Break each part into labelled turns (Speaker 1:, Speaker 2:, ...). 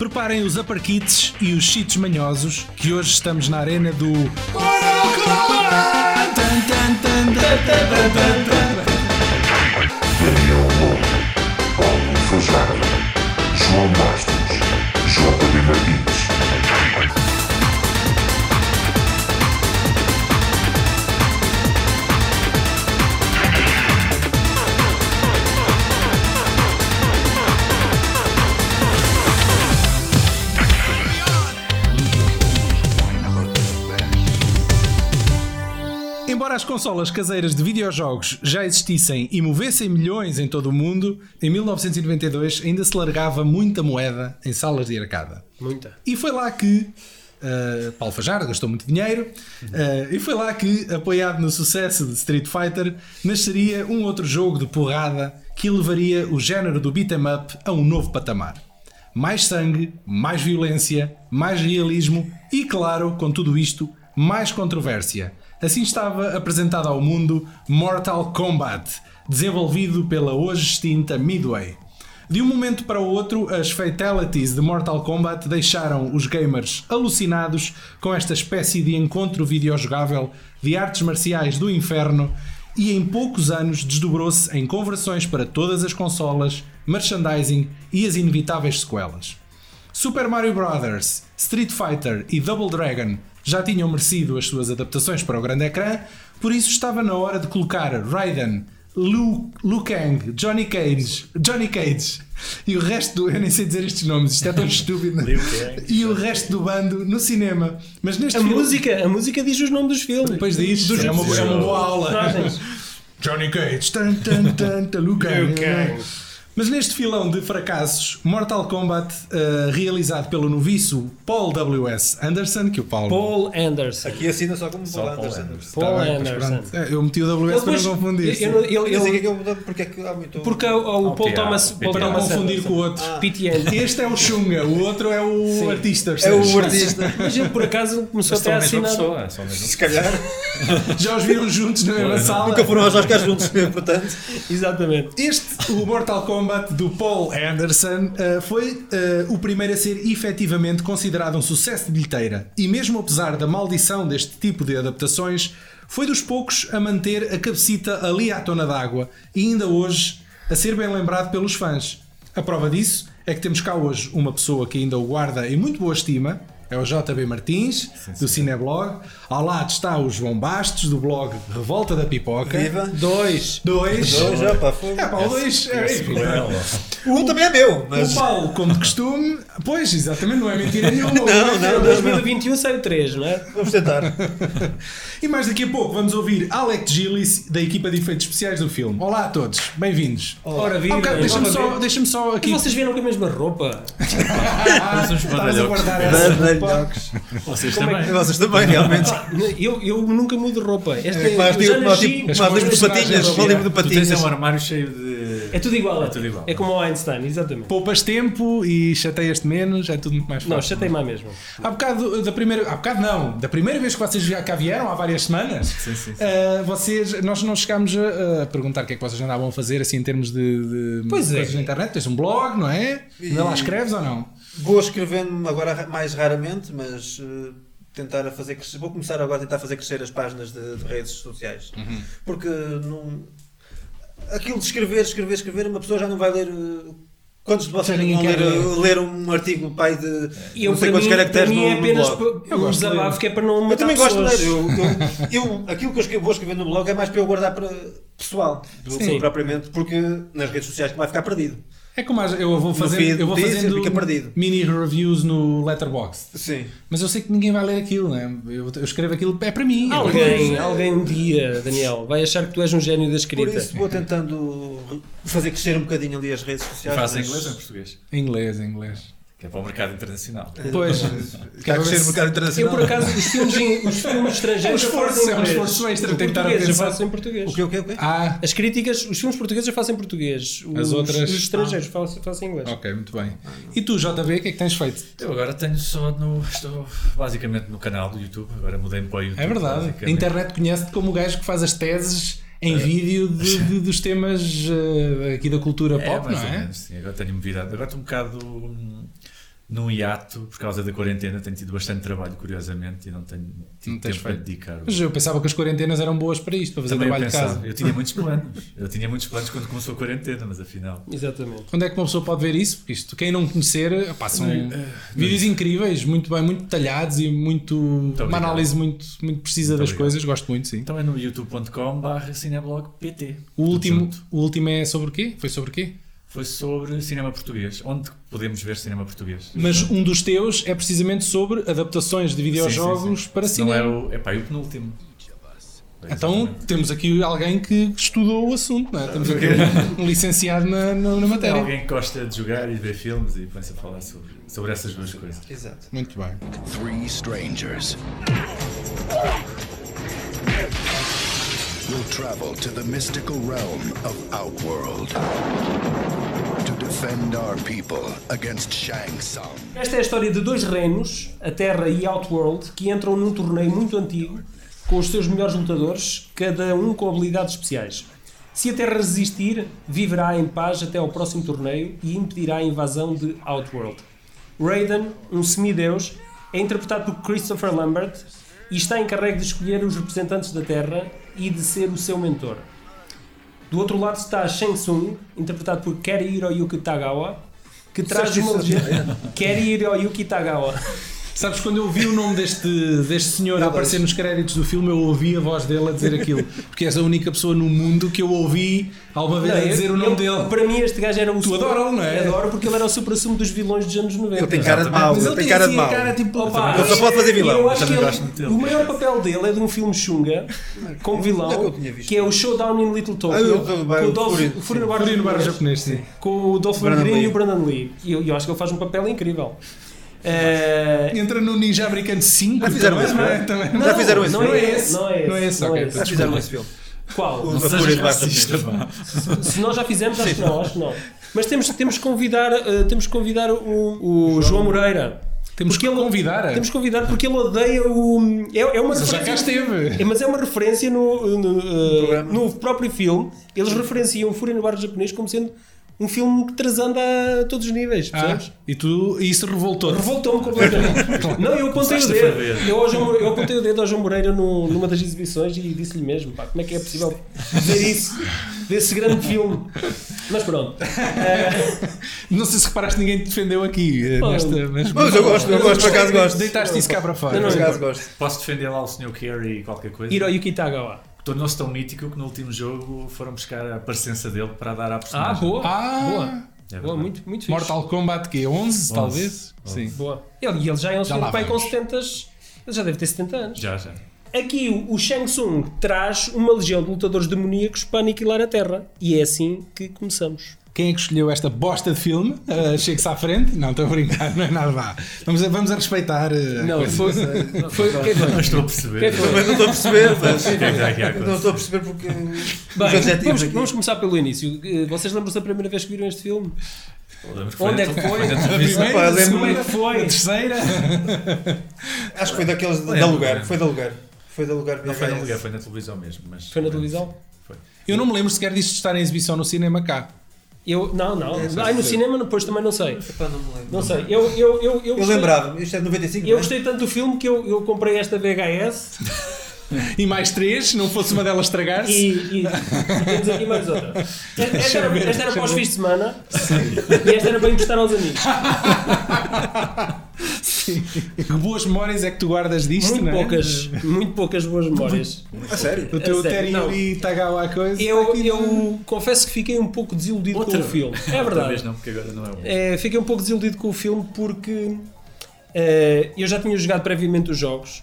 Speaker 1: Preparem os upperkits e os cheats manhosos, que hoje estamos na arena do.
Speaker 2: Daniel Moura, Paulo Fajada, João Bastos, JB Martins.
Speaker 1: Embora as consolas caseiras de videojogos já existissem e movessem milhões em todo o mundo, em 1992 ainda se largava muita moeda em salas de arcada.
Speaker 3: Muita.
Speaker 1: E foi lá que uh, Paulo Fajardo gastou muito dinheiro. uh, e foi lá que, apoiado no sucesso de Street Fighter, nasceria um outro jogo de porrada que elevaria o género do beat 'em up a um novo patamar. Mais sangue, mais violência, mais realismo e, claro, com tudo isto, mais controvérsia. Assim estava apresentado ao mundo Mortal Kombat, desenvolvido pela hoje extinta Midway. De um momento para o outro, as fatalities de Mortal Kombat deixaram os gamers alucinados com esta espécie de encontro videojogável de artes marciais do inferno e em poucos anos desdobrou-se em conversões para todas as consolas, merchandising e as inevitáveis sequelas. Super Mario Bros., Street Fighter e Double Dragon já tinham merecido as suas adaptações para o grande ecrã, por isso estava na hora de colocar Raiden, Liu, Liu Kang, Johnny Cage, Johnny Cage e o resto do. Eu nem sei dizer estes nomes, isto é tão estúpido. não é? e o resto do bando no cinema. Mas neste
Speaker 3: A
Speaker 1: filme-
Speaker 3: música, a música diz os nomes dos filmes.
Speaker 1: Depois diz, é uma, é uma boa aula.
Speaker 3: personagens.
Speaker 1: Johnny Cage, tan, tan, tan, tan, Liu Kang. né?
Speaker 3: Liu Kang.
Speaker 1: Mas neste filão de fracassos, Mortal Kombat, eh, realizado pelo noviço Paul W.S. Anderson, que o Paulo.
Speaker 3: Paul Anderson.
Speaker 4: Aqui assina só como Paul Anderson.
Speaker 1: Está
Speaker 3: Paul
Speaker 1: Tá bem, mas
Speaker 3: Anderson.
Speaker 1: pronto. Eh, Eu meti o W.S. para não
Speaker 3: depois-
Speaker 1: confundir.
Speaker 3: eu não- ele-
Speaker 4: Eu sei que
Speaker 3: ele-
Speaker 4: é que eu mudei porque é que há muito.
Speaker 3: porque o, o Paul Thomas. Paul
Speaker 1: Para não
Speaker 3: Thomas
Speaker 1: confundir
Speaker 3: Anderson.
Speaker 1: com o outro.
Speaker 3: PTN.
Speaker 1: Este é o Xunga, o outro é o artista.
Speaker 4: é
Speaker 1: percebes?
Speaker 4: o artista.
Speaker 3: Mas ele por acaso começou
Speaker 5: Mas
Speaker 3: até a
Speaker 5: totalmente outra
Speaker 3: assinar.
Speaker 5: pessoa. só mesmo.
Speaker 4: Se calhar
Speaker 1: Já os viram juntos na mesma sala.
Speaker 4: nunca foram aos Oscars juntos, né? portanto.
Speaker 3: Exatamente.
Speaker 1: Este, o Mortal Kombat do Paul Anderson, eh, foi eh, o primeiro a ser efetivamente considerado um sucesso de bilheteira. E mesmo apesar da maldição deste tipo de adaptações, foi dos poucos a manter a cabecita ali à tona d'água e ainda hoje a ser bem lembrado pelos fãs. A prova disso é que temos cá hoje uma pessoa que ainda o guarda em muito boa estima. É o JB Martins, do Cineblog. Ao lado está o João Bastos, do blog Revolta da Pipoca.
Speaker 4: Viva.
Speaker 3: Dois.
Speaker 1: Dois.
Speaker 4: Dois, já, pá, foi.
Speaker 1: É, pá, o dois. é, enfim.
Speaker 4: O um também é meu,
Speaker 1: O
Speaker 4: mas.
Speaker 1: Paulo, como de costume, pois, exatamente, não é mentira nenhuma.
Speaker 3: Em 2021 saiu três, não é?
Speaker 4: Vamos tentar.
Speaker 1: E mais daqui a pouco vamos ouvir Alec Gillis, da equipa de efeitos especiais do filme. Olá a todos, bem-vindos.
Speaker 3: Ora, viva.
Speaker 1: Ah, um bocado, deixa-me
Speaker 3: Nova
Speaker 1: só,
Speaker 3: vez.
Speaker 1: deixa-me só
Speaker 3: E
Speaker 1: aqui.
Speaker 3: vocês vieram com a mesma roupa?
Speaker 1: Ah,
Speaker 5: Somos
Speaker 1: estavas a
Speaker 5: badalhocos.
Speaker 1: guardar essa.
Speaker 4: Badalhocos.
Speaker 5: Vocês
Speaker 3: Como é
Speaker 5: também.
Speaker 4: E vocês também, realmente.
Speaker 3: Eu, eu nunca mudo de roupa. Esta é,
Speaker 4: Mas
Speaker 3: eu já
Speaker 4: digo, mas
Speaker 3: nasci-
Speaker 4: digo, mas digo de patinhas,
Speaker 1: gira.
Speaker 4: só livro de
Speaker 5: Tu tens é um
Speaker 4: patinhas.
Speaker 5: armário cheio de.
Speaker 3: É tudo igual.
Speaker 5: É tudo igual.
Speaker 3: É como o Einstein, exatamente.
Speaker 1: Poupas tempo e chateias-te menos, é tudo muito mais
Speaker 3: Não,
Speaker 1: fácil.
Speaker 3: chatei-me à mesma.
Speaker 1: Há bocado da primeira. Há bocado não, da primeira vez que vocês já cá vieram, há várias semanas,
Speaker 5: Sim, sim, sim.
Speaker 1: ah, vocês, nós não chegámos a, a perguntar o que é que vocês andavam a fazer assim em termos de, de
Speaker 3: Pois é.
Speaker 1: coisas na internet. Tens um blog, não é? Ainda lá escreves ou não?
Speaker 4: Vou escrevendo agora ra- mais raramente, mas. eh, Tentar a fazer crescer, vou começar agora a tentar fazer crescer as páginas de, de redes sociais porque não, aquilo de escrever, escrever, escrever, uma pessoa já não vai ler. eh, Quantos de vocês
Speaker 1: Já
Speaker 4: não vão
Speaker 1: ninguém
Speaker 4: ler,
Speaker 1: quer
Speaker 4: eh, ler um artigo pai de
Speaker 3: E
Speaker 4: não
Speaker 3: eu,
Speaker 4: sei
Speaker 3: para
Speaker 4: quantos
Speaker 3: mim, para
Speaker 4: caracteres
Speaker 3: mim
Speaker 4: no,
Speaker 3: é
Speaker 4: no
Speaker 3: apenas
Speaker 4: blog?
Speaker 3: p-
Speaker 1: Eu
Speaker 3: um
Speaker 1: gosto de
Speaker 3: desabafo
Speaker 1: ler.
Speaker 3: que é para não matar
Speaker 4: Eu também gosto
Speaker 3: pessoas.
Speaker 4: de ler. Eu, eu- eu- aquilo que eu escrevo- vou escrever no blog é mais para eu guardar para pessoal, do
Speaker 3: Sim.
Speaker 4: que propriamente, porque nas redes sociais que vai ficar perdido.
Speaker 1: É como as- eu vou fazer,
Speaker 4: feed
Speaker 1: eu vou
Speaker 4: disso,
Speaker 1: fazendo
Speaker 4: fica perdido.
Speaker 1: mini reviews no Letterboxd.
Speaker 4: Sim.
Speaker 1: Mas eu sei que ninguém vai ler aquilo, né? Eu, eu escrevo aquilo, é para mim. é para mim.
Speaker 3: Alguém, alguém um dia, Daniel, vai achar que tu és um gênio da
Speaker 4: Por
Speaker 3: escrita.
Speaker 4: isso vou tentando re- fazer crescer um bocadinho ali as redes sociais.
Speaker 5: Faz em
Speaker 4: mas-
Speaker 5: inglês é? ou em português?
Speaker 1: Em inglês, em inglês.
Speaker 5: Que é para o mercado internacional.
Speaker 1: Pois,
Speaker 4: Está
Speaker 1: é
Speaker 4: a crescer um bocado
Speaker 3: Eu,
Speaker 4: internacional.
Speaker 3: por acaso, os filmes, em- os filmes estrangeiros
Speaker 1: É um
Speaker 3: eu faço em
Speaker 1: esforço, é um
Speaker 3: inglês.
Speaker 1: esforço extra
Speaker 3: Os
Speaker 1: tentar
Speaker 3: portugueses
Speaker 1: pensar.
Speaker 3: Eu faço em português.
Speaker 4: O que, o que, o quê?
Speaker 1: Ah,
Speaker 3: As críticas, os filmes portugueses eu faço em português. Os,
Speaker 1: As outras-
Speaker 3: Os estrangeiros faço, faço em inglês.
Speaker 1: ok, muito bem. E tu, JB, o que é que tens feito?
Speaker 5: Eu agora tenho só no. Estou basicamente no canal do YouTube. Agora mudei-me para o YouTube.
Speaker 1: É verdade. A
Speaker 5: basicamente.
Speaker 1: internet conhece-te como o gajo que faz as teses em vídeo de- de- dos temas eh, aqui da cultura
Speaker 5: É,
Speaker 1: pop,
Speaker 5: mais
Speaker 1: não
Speaker 5: ou
Speaker 1: é?
Speaker 5: menos. Sim, agora tenho-me virado. Agora estou um bocado. hum, num hiato por causa da quarentena. Tenho tido bastante trabalho, curiosamente, e não tenho tido
Speaker 1: Não tens
Speaker 5: tempo para
Speaker 1: feito.
Speaker 5: dedicar.
Speaker 1: Mas eu pensava que as quarentenas eram boas para isto, para fazer
Speaker 5: Também eu
Speaker 1: trabalho de casa.
Speaker 5: pensava, eu tinha muitos planos. Eu tinha muitos planos quando começou a quarentena, mas afinal.
Speaker 3: Exatamente.
Speaker 1: Onde é que uma pessoa pode ver isso? Porque isto, quem não conhecer, pá, são
Speaker 5: é,
Speaker 1: vídeos incríveis, muito bem, muito detalhados e muito. uma
Speaker 5: obrigado.
Speaker 1: análise muito, muito precisa das
Speaker 5: obrigado.
Speaker 1: coisas, gosto muito, sim.
Speaker 5: Então é no youtube.com/barra cineblog.pt.
Speaker 1: O último,
Speaker 5: Junto.
Speaker 1: o último é sobre o quê? Foi sobre o quê?
Speaker 5: foi sobre cinema português. Onde podemos ver cinema português?
Speaker 1: Mas um dos teus é precisamente sobre adaptações de videojogos
Speaker 5: Sim, sim, sim.
Speaker 1: para
Speaker 5: Não
Speaker 1: cinema.
Speaker 5: é o, é pá, é o penúltimo.
Speaker 1: Então
Speaker 5: Exatamente.
Speaker 1: temos aqui alguém que estudou o assunto, não é? Temos aqui um licenciado na, na, na
Speaker 5: É
Speaker 1: matéria.
Speaker 5: alguém que gosta de jogar e de ver filmes e pensa falar sobre, sobre essas duas coisas.
Speaker 4: Exato.
Speaker 1: Muito bem.
Speaker 6: Three strangers will travel to the mystical realm of Outworld to defend our people against Shang Tsung.
Speaker 3: Esta é a história de dois reinos, a Terra e Outworld, que entram num torneio muito antigo com os seus melhores lutadores, cada um com habilidades especiais. Se a Terra resistir, viverá em paz até ao próximo torneio e impedirá a invasão de Outworld. Raiden, um semideus, é interpretado por Christopher Lambert e está encarregue de escolher os representantes da Terra e de ser o seu mentor. Do outro lado está Shang Tsung, interpretado por Keri Hiroyuki Tagawa, que traz
Speaker 4: Disseste
Speaker 3: uma
Speaker 4: isso é hoje,
Speaker 3: legenda. Keri Hiroyuki Tagawa.
Speaker 1: Sabes, quando eu vi o nome deste, deste senhor a
Speaker 4: Não
Speaker 1: aparecer nos
Speaker 4: deixes.
Speaker 1: créditos do filme, eu ouvi a voz dele a dizer aquilo. Porque és a única pessoa no mundo que eu ouvi alguma
Speaker 4: é?
Speaker 1: vez a
Speaker 3: eu-
Speaker 1: dizer o nome
Speaker 3: eu-
Speaker 1: dele.
Speaker 3: é? Para mim, este gajo era o.
Speaker 1: Tu adoras, não é?
Speaker 3: Adoro porque ele era o supra-sumo dos vilões dos anos 90.
Speaker 4: Ele tem cara de mau,
Speaker 1: Mas
Speaker 4: ele
Speaker 1: ele
Speaker 4: tem
Speaker 1: tem
Speaker 4: cara de
Speaker 1: assim a
Speaker 4: mau.
Speaker 1: cara tipo.
Speaker 3: Opa,
Speaker 4: Ele só pode fazer vilão,
Speaker 3: Eu acho
Speaker 5: também
Speaker 3: que ele-
Speaker 5: gosto muito dele.
Speaker 3: o maior papel dele é de um filme Xunga, como
Speaker 4: Onde é que eu
Speaker 3: vilão,
Speaker 4: tinha visto?
Speaker 3: que é o Showdown in Little Tokyo,
Speaker 4: Ah, eu- eu-
Speaker 3: com o Dolph
Speaker 4: Furino.
Speaker 3: o Furino Barros
Speaker 1: Furino Barros
Speaker 3: Japonês,
Speaker 1: japonês, sim.
Speaker 3: com o Dolph
Speaker 4: Brandon
Speaker 3: Lundgren e
Speaker 4: Lee.
Speaker 3: o Brandon Lee. E eu, eu acho que ele faz um papel incrível. Eh,
Speaker 1: Entra no Ninja Americano 5.
Speaker 4: Já fizeram
Speaker 1: também,
Speaker 4: isso,
Speaker 1: não é?
Speaker 4: não é?
Speaker 1: Também.
Speaker 4: Já fizeram esse
Speaker 3: não é
Speaker 4: filme?
Speaker 3: esse, não é esse,
Speaker 1: Não é esse, ok,
Speaker 4: Já fizeram esse filme.
Speaker 3: Qual?
Speaker 4: O
Speaker 5: Não
Speaker 4: Vapor
Speaker 5: sejas
Speaker 4: de Barra
Speaker 5: racista, vá.
Speaker 3: Se nós já fizemos, acho que não, acho que não. Mas temos, temos que convidar, eh, temos que convidar o, o João Moreira.
Speaker 1: Temos que
Speaker 3: ele-
Speaker 1: convidar.
Speaker 3: Temos que convidar porque ele odeia o. É, é uma
Speaker 1: Mas ele já cá
Speaker 3: referência-
Speaker 1: esteve.
Speaker 3: É, mas é uma referência no, no, eh,
Speaker 4: programa.
Speaker 3: no próprio filme. Eles referenciam o Fúria no Bar Japonês como sendo um filme que transanda a todos os níveis,
Speaker 1: Ah,
Speaker 3: percebes?
Speaker 1: e tu, e isso revoltou-te.
Speaker 3: Revoltou-me completamente. não, eu apontei o
Speaker 5: Começaste a
Speaker 3: dedo.
Speaker 5: ferver.
Speaker 3: Eu, ao João Moreira- eu apontei o dedo ao João Moreira no- numa das exibições e disse-lhe mesmo: pá, como é que é possível ver isso, ver esse grande filme? Mas pronto.
Speaker 1: Não sei se reparaste, ninguém te defendeu aqui. eh,
Speaker 3: Oh.
Speaker 1: Nesta, mas,
Speaker 4: Mas eu gosto, eu gosto, por acaso gosto.
Speaker 1: Deitaste isso cá para fora.
Speaker 4: Por acaso gosto.
Speaker 5: Posso defender lá o Sr. Carey e qualquer coisa?
Speaker 3: Hiroyuki Tagawa.
Speaker 5: Tornou-se tão mítico que no último jogo foram buscar a presença dele para dar à
Speaker 3: Ah,
Speaker 5: personagem.
Speaker 3: boa.
Speaker 1: Ah.
Speaker 3: boa. boa,
Speaker 5: É verdade.
Speaker 3: muito, muito fixe.
Speaker 1: Mortal Kombat que 11, talvez? Sim.
Speaker 3: Boa. Ele, e ele já é um
Speaker 1: lá
Speaker 3: senhor pai com
Speaker 1: vamos.
Speaker 3: 70. Ele já deve ter 70 anos.
Speaker 5: Já, já.
Speaker 3: Aqui o, o Shang Tsung traz uma legião de lutadores demoníacos para aniquilar a Terra. E é assim que começamos.
Speaker 1: Quem é que escolheu esta bosta de filme? Ah, Chega-se à frente? Não, estou a brincar, não é nada vá. Vamos a, vamos a respeitar. ah, a coisa.
Speaker 3: foi. foi quem
Speaker 5: Não
Speaker 3: foi?
Speaker 5: estou a perceber.
Speaker 3: Quem foi?
Speaker 4: Mas não estou a perceber, mas...
Speaker 5: O que é que está aqui a
Speaker 4: Não
Speaker 5: acontecer?
Speaker 4: estou a perceber porque... os
Speaker 3: Bem,
Speaker 4: adjetivos
Speaker 3: vamos,
Speaker 4: aqui.
Speaker 3: vamos começar pelo início. Eh, Vocês lembram-se da primeira vez que viram este filme?
Speaker 5: Lembro que
Speaker 3: Onde é que foi?
Speaker 5: dentro
Speaker 1: A
Speaker 5: do vídeo.
Speaker 1: primeira,
Speaker 4: Pá,
Speaker 1: a
Speaker 4: lembro-me-
Speaker 1: segunda,
Speaker 3: Como é que foi?
Speaker 1: a terceira.
Speaker 4: Acho que foi daqueles... de- Da
Speaker 5: Lembro,
Speaker 4: lugar,
Speaker 5: lembro.
Speaker 4: foi da lugar. Foi da lugar.
Speaker 5: Não foi na televisão, foi na televisão mesmo. Mas
Speaker 3: Foi na televisão?
Speaker 5: Foi.
Speaker 1: Eu não me lembro sequer disto de estar em exibição no cinema cá.
Speaker 3: Eu, não, não. Ai, no cinema depois também não sei.
Speaker 4: Pá, não me lembro.
Speaker 3: Não sei. Eu, eu, eu, eu,
Speaker 4: Eu
Speaker 3: gostei-
Speaker 4: lembrava-me, isto é de 95,
Speaker 3: Eu
Speaker 4: não é?
Speaker 3: gostei tanto do filme que eu, eu comprei esta VHS
Speaker 1: E mais três, se não fosse uma delas estragar-se.
Speaker 3: e, e temos aqui mais outra. Esta
Speaker 1: Deixa-me
Speaker 3: era,
Speaker 1: ver,
Speaker 3: esta
Speaker 1: deixa-me
Speaker 3: era para os
Speaker 1: ver.
Speaker 3: fins de semana e esta era para emprestar aos amigos.
Speaker 1: Que boas memórias é que tu guardas disto,
Speaker 3: Muito
Speaker 1: não é?
Speaker 3: poucas, muito poucas boas memórias.
Speaker 4: A sério?
Speaker 1: O teu
Speaker 3: É sério,
Speaker 1: Terry
Speaker 3: não.
Speaker 1: e Tagawa a coisa.
Speaker 3: Eu,
Speaker 1: está aqui no-
Speaker 3: eu confesso que fiquei um pouco desiludido
Speaker 5: Outra
Speaker 3: com o filme. É
Speaker 5: Outra vez
Speaker 3: verdade.
Speaker 5: não, porque agora não é o
Speaker 3: É, fiquei um pouco desiludido com o filme porque eh, eu já tinha jogado previamente os jogos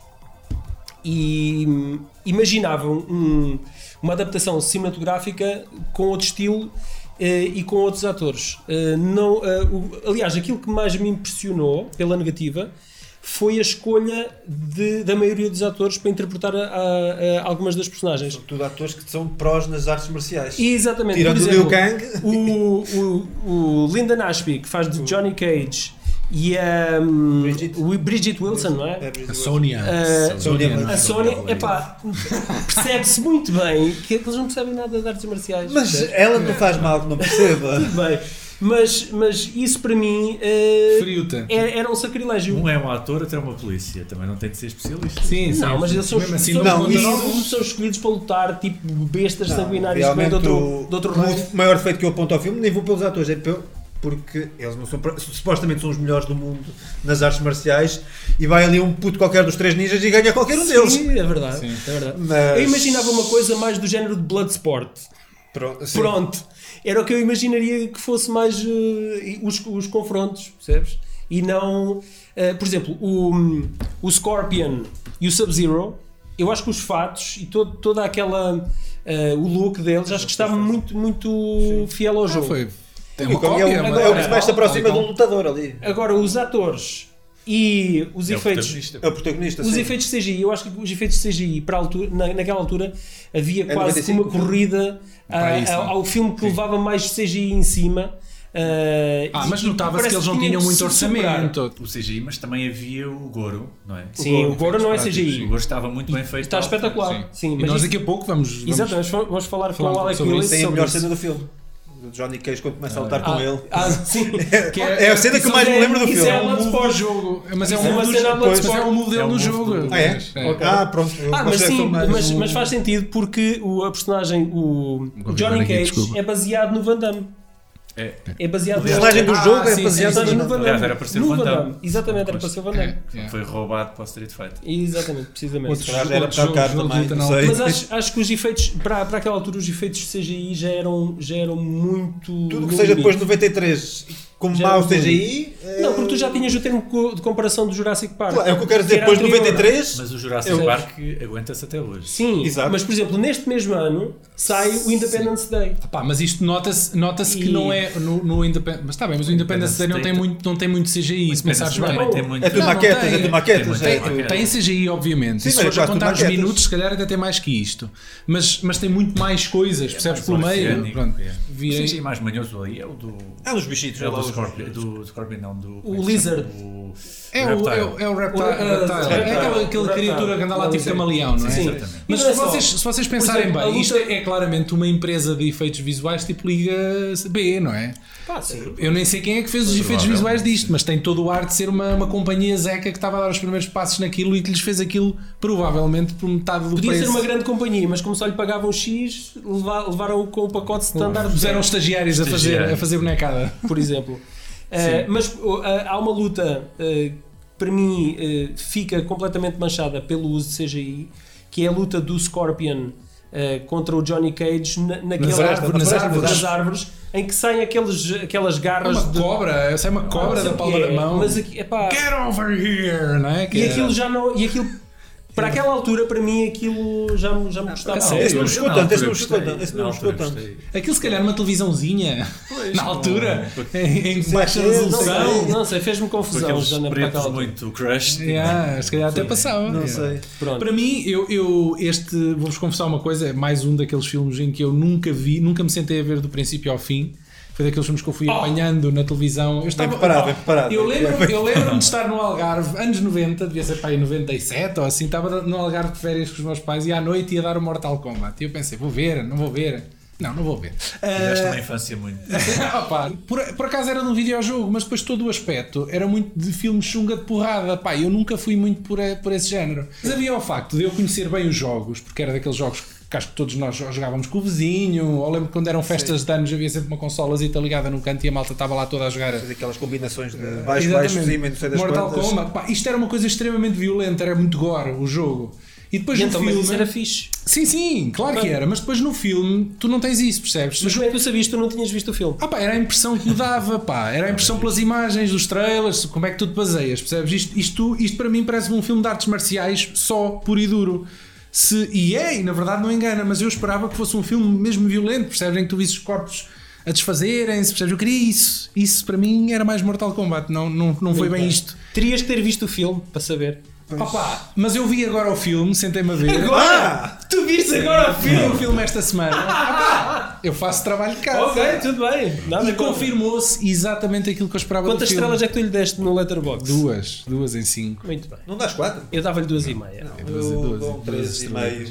Speaker 3: e hum, imaginava um- uma adaptação cinematográfica com outro estilo eh, e com outros atores. Eh, não, eh, o- aliás, aquilo que mais me impressionou pela negativa foi a escolha de- da maioria dos atores para interpretar a- a- a algumas das personagens.
Speaker 4: São tudo atores que são prós nas artes marciais.
Speaker 3: Exatamente.
Speaker 4: Tirando
Speaker 3: Por
Speaker 4: o
Speaker 3: exemplo,
Speaker 4: Liu Kang.
Speaker 3: O, o, o Linda Ashby, que faz de Johnny Cage, e a hum,
Speaker 4: Bridget.
Speaker 3: o Bridget Wilson, não é?
Speaker 1: A Sónia.
Speaker 3: Ah,
Speaker 1: Sónia, não é?
Speaker 3: A Sony, epá, percebe-se muito bem que eles não percebem nada de artes marciais.
Speaker 4: Mas
Speaker 3: percebes?
Speaker 4: ela não faz mal que não perceba.
Speaker 3: Bem, Mas, mas isso para mim eh,
Speaker 1: Feriu-te.
Speaker 3: era, era um sacrilégio.
Speaker 5: Um é um ator, outro é uma polícia. Também não tem de ser especialista.
Speaker 1: Sim, sim.
Speaker 3: Não, mas eles são,
Speaker 1: Mesmo assim,
Speaker 3: são,
Speaker 1: não,
Speaker 4: não,
Speaker 1: conta
Speaker 4: isso-
Speaker 1: novos.
Speaker 3: escolhidos, são escolhidos para lutar, tipo bestas
Speaker 4: Não,
Speaker 3: sanguinárias que vêm
Speaker 4: realmente
Speaker 3: de outro,
Speaker 4: o-
Speaker 3: de outro
Speaker 4: o
Speaker 3: reino.
Speaker 4: maior defeito que eu aponto ao filme, nem vou pelos atores, é pelo, porque eles não são, pro- supostamente são os melhores do mundo nas artes marciais e vai ali um puto qualquer dos três ninjas e ganha qualquer um deles.
Speaker 3: Sim, é verdade. é verdade.
Speaker 4: Mas-
Speaker 3: Eu imaginava uma coisa mais do género de Bloodsport.
Speaker 4: Pronto, sim.
Speaker 3: Pronto. Era o que eu imaginaria que fosse mais eh, os, os confrontos, percebes? E não. eh, por exemplo, o, o Scorpion e o Sub-Zero, eu acho que os fatos e todo, toda aquela. eh, o look deles, acho que estava muito, muito fiel ao
Speaker 1: Ah,
Speaker 3: jogo.
Speaker 1: foi. Tem
Speaker 4: É
Speaker 1: uma
Speaker 4: o que-
Speaker 1: cópia.
Speaker 4: é, o,
Speaker 1: uma-
Speaker 4: é o que mais se aproxima de um lutador ali.
Speaker 3: Agora, os atores e os
Speaker 5: É o
Speaker 3: efeitos.
Speaker 5: protagonista.
Speaker 4: É o protagonista.
Speaker 3: Os
Speaker 4: sim.
Speaker 3: efeitos CGI, eu acho que os efeitos CGI para a altura, na, naquela altura havia
Speaker 4: É
Speaker 3: quase que
Speaker 4: 95,
Speaker 3: uma corrida
Speaker 1: Para
Speaker 3: a-
Speaker 4: é
Speaker 1: isso,
Speaker 3: a-
Speaker 1: não?
Speaker 3: ao filme que levava mais CGI em cima. ah,
Speaker 1: Ah,
Speaker 3: e-
Speaker 1: mas
Speaker 3: e
Speaker 1: notava-se
Speaker 3: parece
Speaker 1: que eles não
Speaker 3: tinha
Speaker 1: tinham
Speaker 3: que
Speaker 1: muito
Speaker 3: se superar.
Speaker 1: orçamento.
Speaker 5: O CGI, mas também havia o Goro, não é?
Speaker 3: Sim, o Goro não é
Speaker 5: Efeitos
Speaker 3: CGI.
Speaker 5: práticos. O Goro estava muito bem feito.
Speaker 3: Está
Speaker 5: na altura.
Speaker 3: espetacular. Sim,
Speaker 1: Ah, E
Speaker 3: mas
Speaker 1: nós
Speaker 3: isso-
Speaker 1: daqui a pouco vamos. vamos-
Speaker 3: Exatamente, vamos, vamos falar com
Speaker 1: falar
Speaker 3: o Alec
Speaker 1: sobre
Speaker 3: Willis
Speaker 1: isso.
Speaker 4: Tem a
Speaker 3: sobre
Speaker 4: melhor
Speaker 3: isso.
Speaker 4: cena do filme. O Johnny Cage quando começa a lutar com
Speaker 3: Ah,
Speaker 4: ele.
Speaker 3: ah, sim.
Speaker 1: Que
Speaker 4: É a cena que eu mais me lembro do
Speaker 3: Isso
Speaker 4: filme.
Speaker 3: é
Speaker 1: É um
Speaker 3: Bloodsport.
Speaker 1: move do jogo. Mas é um
Speaker 3: Isso é
Speaker 1: move
Speaker 3: uma
Speaker 1: do
Speaker 3: cena
Speaker 1: jogo.
Speaker 3: Bloodsport.
Speaker 1: Mas é um move
Speaker 5: É
Speaker 1: dele
Speaker 5: um
Speaker 1: no
Speaker 5: move
Speaker 1: jogo.
Speaker 5: do-
Speaker 4: Ah, é? Ah, pronto.
Speaker 3: Ah, mas
Speaker 4: é
Speaker 3: sim,
Speaker 4: só mais
Speaker 3: mas,
Speaker 4: um-
Speaker 3: mas faz sentido porque o, a personagem, o, o
Speaker 1: Vou
Speaker 3: Johnny
Speaker 1: ver aqui,
Speaker 3: Cage,
Speaker 1: desculpa.
Speaker 3: é baseado no Van Damme.
Speaker 5: É.
Speaker 3: É baseado
Speaker 4: O personagem do
Speaker 1: Ah,
Speaker 4: jogo
Speaker 1: sim,
Speaker 4: é baseado
Speaker 3: Então,
Speaker 1: sim, sim.
Speaker 4: no-
Speaker 5: Aliás, era para ser
Speaker 3: No
Speaker 5: Van
Speaker 3: Van
Speaker 5: Damme.
Speaker 3: Damme. Exatamente, era para ser o Van Damme.
Speaker 1: É, é.
Speaker 5: Foi roubado para o Street Fighter.
Speaker 3: Exatamente, precisamente.
Speaker 4: Será que era
Speaker 1: Outro jogo,
Speaker 4: tão caro
Speaker 1: jogo de
Speaker 4: também?
Speaker 1: luta,
Speaker 4: Não
Speaker 1: não.
Speaker 4: sei.
Speaker 3: Mas acho, acho que os efeitos, para, para aquela altura, os efeitos de CGI já eram, já eram muito.
Speaker 4: Tudo que
Speaker 3: no
Speaker 4: seja
Speaker 3: limite.
Speaker 4: depois de 93, como
Speaker 3: Já
Speaker 4: mau
Speaker 3: não tem.
Speaker 4: CGI. é-
Speaker 3: Não, porque tu já tinhas o termo co- de comparação do Jurassic Park.
Speaker 4: Claro, É o que eu quero dizer,
Speaker 3: era
Speaker 4: depois de
Speaker 3: anterior.
Speaker 4: 93.
Speaker 5: Mas o Jurassic
Speaker 3: Eu-
Speaker 5: Park aguenta-se até hoje.
Speaker 3: Sim,
Speaker 4: Exato.
Speaker 3: mas por exemplo, neste mesmo ano sai o Independence Day.
Speaker 1: Pá, mas isto nota-se nota
Speaker 3: E-
Speaker 1: que não é no, no Independence. Mas está bem, mas o Independence Day não tem muito, não tem muito CGI, se pensares bem.
Speaker 5: também tem muito.
Speaker 4: É tudo
Speaker 1: Não, não
Speaker 4: maquetas,
Speaker 1: tem.
Speaker 4: é tudo
Speaker 5: Tem
Speaker 4: maquetas.
Speaker 5: muito
Speaker 4: é
Speaker 5: tempo.
Speaker 4: tudo-
Speaker 5: É.
Speaker 1: Tem CGI, obviamente.
Speaker 4: Sim,
Speaker 1: e se
Speaker 4: mas
Speaker 1: fores a
Speaker 4: quase tudo
Speaker 1: contar os
Speaker 4: maquetas.
Speaker 1: minutos, se calhar até tem mais que isto. Mas, mas tem muito mais coisas, percebes? Pelo meio.
Speaker 5: Oceânico,
Speaker 1: Pronto,
Speaker 5: é.
Speaker 1: virei-
Speaker 5: Sim, sim, mais manhoso ali é o do.
Speaker 4: É um dos bichitos,
Speaker 5: É
Speaker 4: é
Speaker 5: o
Speaker 4: lá
Speaker 5: do
Speaker 4: os-
Speaker 5: Scorpion, do Scorpion, não, do. como é que
Speaker 3: Lizard.
Speaker 5: se chama? O-
Speaker 1: É o,
Speaker 5: Reptile.
Speaker 1: é o, é o reptile,
Speaker 3: O,
Speaker 1: reptile.
Speaker 3: uh,
Speaker 1: É aquela,
Speaker 3: reptile.
Speaker 1: aquela criatura que anda lá
Speaker 3: Não,
Speaker 1: tipo
Speaker 3: sim.
Speaker 1: camaleão, não é?
Speaker 3: Sim.
Speaker 5: Exatamente.
Speaker 1: Mas
Speaker 3: E não é
Speaker 1: se
Speaker 3: só-
Speaker 1: vocês, se vocês pensarem
Speaker 3: exemplo, a
Speaker 1: bem, isto
Speaker 3: luta-
Speaker 1: é claramente uma empresa de efeitos visuais tipo Liga B, não é?
Speaker 3: Pá, sim.
Speaker 1: Eu nem sei quem é que fez os efeitos visuais disto, mas tem todo o ar de ser uma, uma companhia zeca que estava a dar os primeiros passos naquilo e que lhes fez aquilo provavelmente por metade do
Speaker 3: Podia
Speaker 1: preço.
Speaker 3: ser uma grande companhia, mas como só lhe pagavam X, leva- levaram-o com o pacote standard de
Speaker 1: Puseram estagiários a fazer, a
Speaker 5: Estagiários.
Speaker 1: fazer bonecada.
Speaker 3: por exemplo. Eh, mas oh, ah, há uma luta eh, que para mim eh, fica completamente manchada pelo uso de CGI, que é a luta do Scorpion eh, contra o Johnny Cage na, naquela
Speaker 1: Nas árvores, nas
Speaker 3: nas
Speaker 1: árvores.
Speaker 3: árvores, em que saem aqueles, aquelas garras
Speaker 1: Uma
Speaker 3: de
Speaker 1: cobra, essa é uma cobra
Speaker 3: Não sei
Speaker 1: da
Speaker 3: o
Speaker 1: palma
Speaker 3: que
Speaker 1: da
Speaker 3: é,
Speaker 1: mão.
Speaker 3: Mas aqui, epá,
Speaker 1: Get over here, não é? Que
Speaker 3: e
Speaker 1: é-
Speaker 3: aquilo já não. E aquilo, para aquela altura, para mim, aquilo já, me- já me
Speaker 5: É
Speaker 3: gostava.
Speaker 1: sério?
Speaker 4: Esse não
Speaker 5: Eu-
Speaker 4: me chegou
Speaker 5: na
Speaker 4: tanto, esse não
Speaker 5: altura
Speaker 4: me chegou
Speaker 5: gostei,
Speaker 4: tanto, esse
Speaker 5: na
Speaker 4: não me chegou
Speaker 5: altura
Speaker 4: tanto.
Speaker 5: gostei.
Speaker 1: Aquilo se calhar numa televisãozinha na altura, em, em baixa
Speaker 4: é, não
Speaker 1: resolução.
Speaker 3: Não, não sei, fez-me
Speaker 5: Com
Speaker 3: confusão
Speaker 5: aqueles
Speaker 3: já na para aquela
Speaker 5: pretos
Speaker 3: altura.
Speaker 5: muito crush.
Speaker 1: Yeah, se calhar até
Speaker 5: Sim.
Speaker 1: passava.
Speaker 4: Não
Speaker 1: Yeah.
Speaker 4: sei.
Speaker 3: Pronto.
Speaker 1: Para mim, eu, eu este, vou-vos confessar uma coisa, é mais um daqueles filmes em que eu nunca vi, nunca me sentei a ver do princípio ao fim. Foi daqueles filmes que eu fui apanhando na televisão. Eu estava
Speaker 4: preparado, bem preparado.
Speaker 1: Eu lembro-me eu lembro-me de estar no Algarve, anos 90, devia ser para aí 97 ou assim, estava no Algarve de férias com os meus pais e à noite ia dar o Mortal Kombat. E eu pensei, vou ver, não vou ver. Não, não vou ver.
Speaker 5: Tiveste uma infância muito.
Speaker 1: Opa, por, por acaso era de um videojogo, mas depois todo o aspecto era muito de filme chunga de porrada. Pá, eu nunca fui muito por, por esse género. Mas havia o facto de eu conhecer bem os jogos, porque era daqueles jogos que acho que todos nós jogávamos com o vizinho. Ou lembro que quando eram festas de anos havia sempre uma consolazita ligada num canto e a malta estava lá toda a jogar.
Speaker 4: Fazer aquelas combinações de baixo, baixo,
Speaker 1: Exatamente.
Speaker 4: cima e não sei das
Speaker 1: Mortal
Speaker 4: quantas.
Speaker 1: Kombat, pá, isto era uma coisa extremamente violenta, era muito gore o jogo. E depois
Speaker 3: E
Speaker 1: no
Speaker 3: então, mas
Speaker 1: filme.
Speaker 3: isso
Speaker 5: né?
Speaker 3: era fixe.
Speaker 1: Sim, sim, claro que era, mas depois no filme tu não tens isso, percebes?
Speaker 3: Mas como é que tu sabias? Tu não tinhas visto o filme.
Speaker 1: Ah pá, era a impressão que me dava, pá. Era a impressão pelas imagens, dos trailers, como é que tu te baseias, percebes? Isto, isto, isto para mim parece um filme de artes marciais só, puro e duro. Se, e é, e na verdade não engana, mas eu esperava que fosse um filme mesmo violento, percebes? Em que tu visses corpos a desfazerem-se, percebes? Eu queria isso. Isso para mim era mais Mortal Kombat, não, não, não foi bem isto.
Speaker 3: Terias que ter visto o filme para saber.
Speaker 1: Ah pá, mas eu vi agora o filme, sentei-me a ver.
Speaker 4: Ah!
Speaker 3: Tu viste agora o
Speaker 1: Vi o filme esta semana. Ah pá, eu faço trabalho de casa.
Speaker 3: Ok, tudo bem. Nada
Speaker 1: E
Speaker 3: contra.
Speaker 1: confirmou-se exatamente aquilo que eu esperava
Speaker 3: Quantas
Speaker 1: do filme.
Speaker 3: estrelas é que tu lhe deste no Letterboxd?
Speaker 1: Duas, duas em cinco.
Speaker 3: Muito bem.
Speaker 4: Não das quatro?
Speaker 3: Eu dava-lhe É duas e meia.
Speaker 1: Duas e
Speaker 4: Eu
Speaker 1: duas,
Speaker 4: dou um
Speaker 1: duas
Speaker 4: três e
Speaker 1: estrelas.
Speaker 4: meio.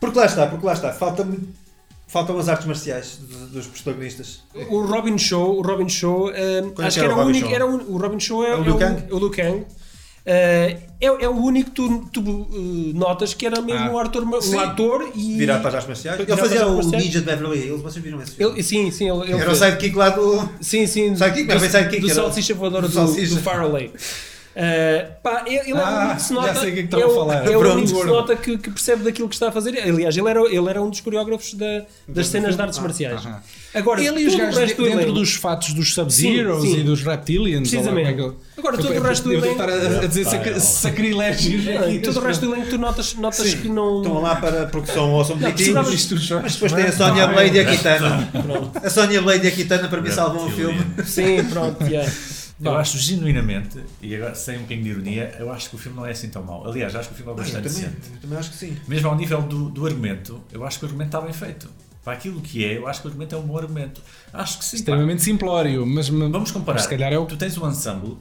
Speaker 4: Porque lá está, porque lá está. Falta-me Faltam as artes marciais de- dos protagonistas.
Speaker 3: O Robin Show, o Robin Show, eh, acho que
Speaker 4: é era
Speaker 3: era
Speaker 4: o
Speaker 3: o
Speaker 4: Robin
Speaker 3: único,
Speaker 4: Show?
Speaker 3: era o, o Robin Show é,
Speaker 4: o
Speaker 3: é
Speaker 4: Liu
Speaker 3: o-
Speaker 4: Kang?
Speaker 3: é o Liu Kang. Eh, é, é o único que tu, tu, eh, notas que era mesmo
Speaker 1: Ah,
Speaker 3: o, Arthur, Ma-
Speaker 4: sim.
Speaker 3: o ator e.
Speaker 4: Virar para as artes marciais.
Speaker 3: Virar
Speaker 4: Ele
Speaker 3: para as
Speaker 4: fazia
Speaker 3: artes
Speaker 4: o
Speaker 3: marciais.
Speaker 4: Ninja de Beverly Hills, vocês viram esse filme?
Speaker 3: Ele, sim, sim, ele, ele
Speaker 4: Era o
Speaker 3: fez.
Speaker 4: sidekick lá do.
Speaker 3: Sim, sim.
Speaker 1: é
Speaker 4: Sidekick, não,
Speaker 3: do,
Speaker 4: foi sidekick,
Speaker 3: do
Speaker 4: era-
Speaker 3: Salsicha Voadora do, do
Speaker 4: Salsicha.
Speaker 3: Farley. Uh, pá, ele, ele é o
Speaker 1: Ah,
Speaker 3: único que se
Speaker 1: já
Speaker 3: nota.
Speaker 1: sei o que é que
Speaker 3: é
Speaker 1: estava a falar.
Speaker 3: É o
Speaker 4: Pronto.
Speaker 3: único que se nota que, que percebe daquilo que está a fazer. Aliás, ele era, ele era um dos coreógrafos da- das cenas de artes marciais.
Speaker 1: Ah, aham.
Speaker 3: Agora,
Speaker 1: Ele e os
Speaker 3: todo o
Speaker 1: gajos
Speaker 3: resto
Speaker 1: de-
Speaker 3: do
Speaker 1: dentro
Speaker 3: elenco-
Speaker 1: dos fatos dos Sub-Zeros
Speaker 3: Sim, sim.
Speaker 1: e dos Reptilians. ou lá como é que
Speaker 3: Precisamente.
Speaker 1: eu-
Speaker 3: Agora, todo
Speaker 1: Eu-
Speaker 3: o resto do
Speaker 1: Eu devo
Speaker 3: elenco.
Speaker 1: estar a, a dizer sac- sacrilégios. aqui.
Speaker 3: Todo o resto do elenco, tu notas, notas que não.
Speaker 4: Estão lá para porque são ou são
Speaker 3: precisava-
Speaker 4: bonitinhos.
Speaker 1: Isto já- é
Speaker 4: Mas depois tem a Sonya Blade e a Kitana. A Sonya Blade e a Kitana para mim salvam o filme.
Speaker 5: Reptilian.
Speaker 3: Sim, pronto, yeah.
Speaker 5: Eu acho genuinamente, e agora sem um bocadinho de ironia, eu acho que o filme não é assim tão mau. Aliás, acho que o
Speaker 1: Ah,
Speaker 5: filme é bastante
Speaker 4: Também,
Speaker 5: decente.
Speaker 4: também acho que sim.
Speaker 5: Mesmo ao nível do, do argumento, eu acho que o argumento está bem feito. Para aquilo que é, eu acho que o argumento é um bom argumento. Acho que sim. pá.
Speaker 1: Extremamente simplório, mas mas-
Speaker 5: Vamos comparar.
Speaker 1: Se calhar é o
Speaker 5: Tu tens um ensemble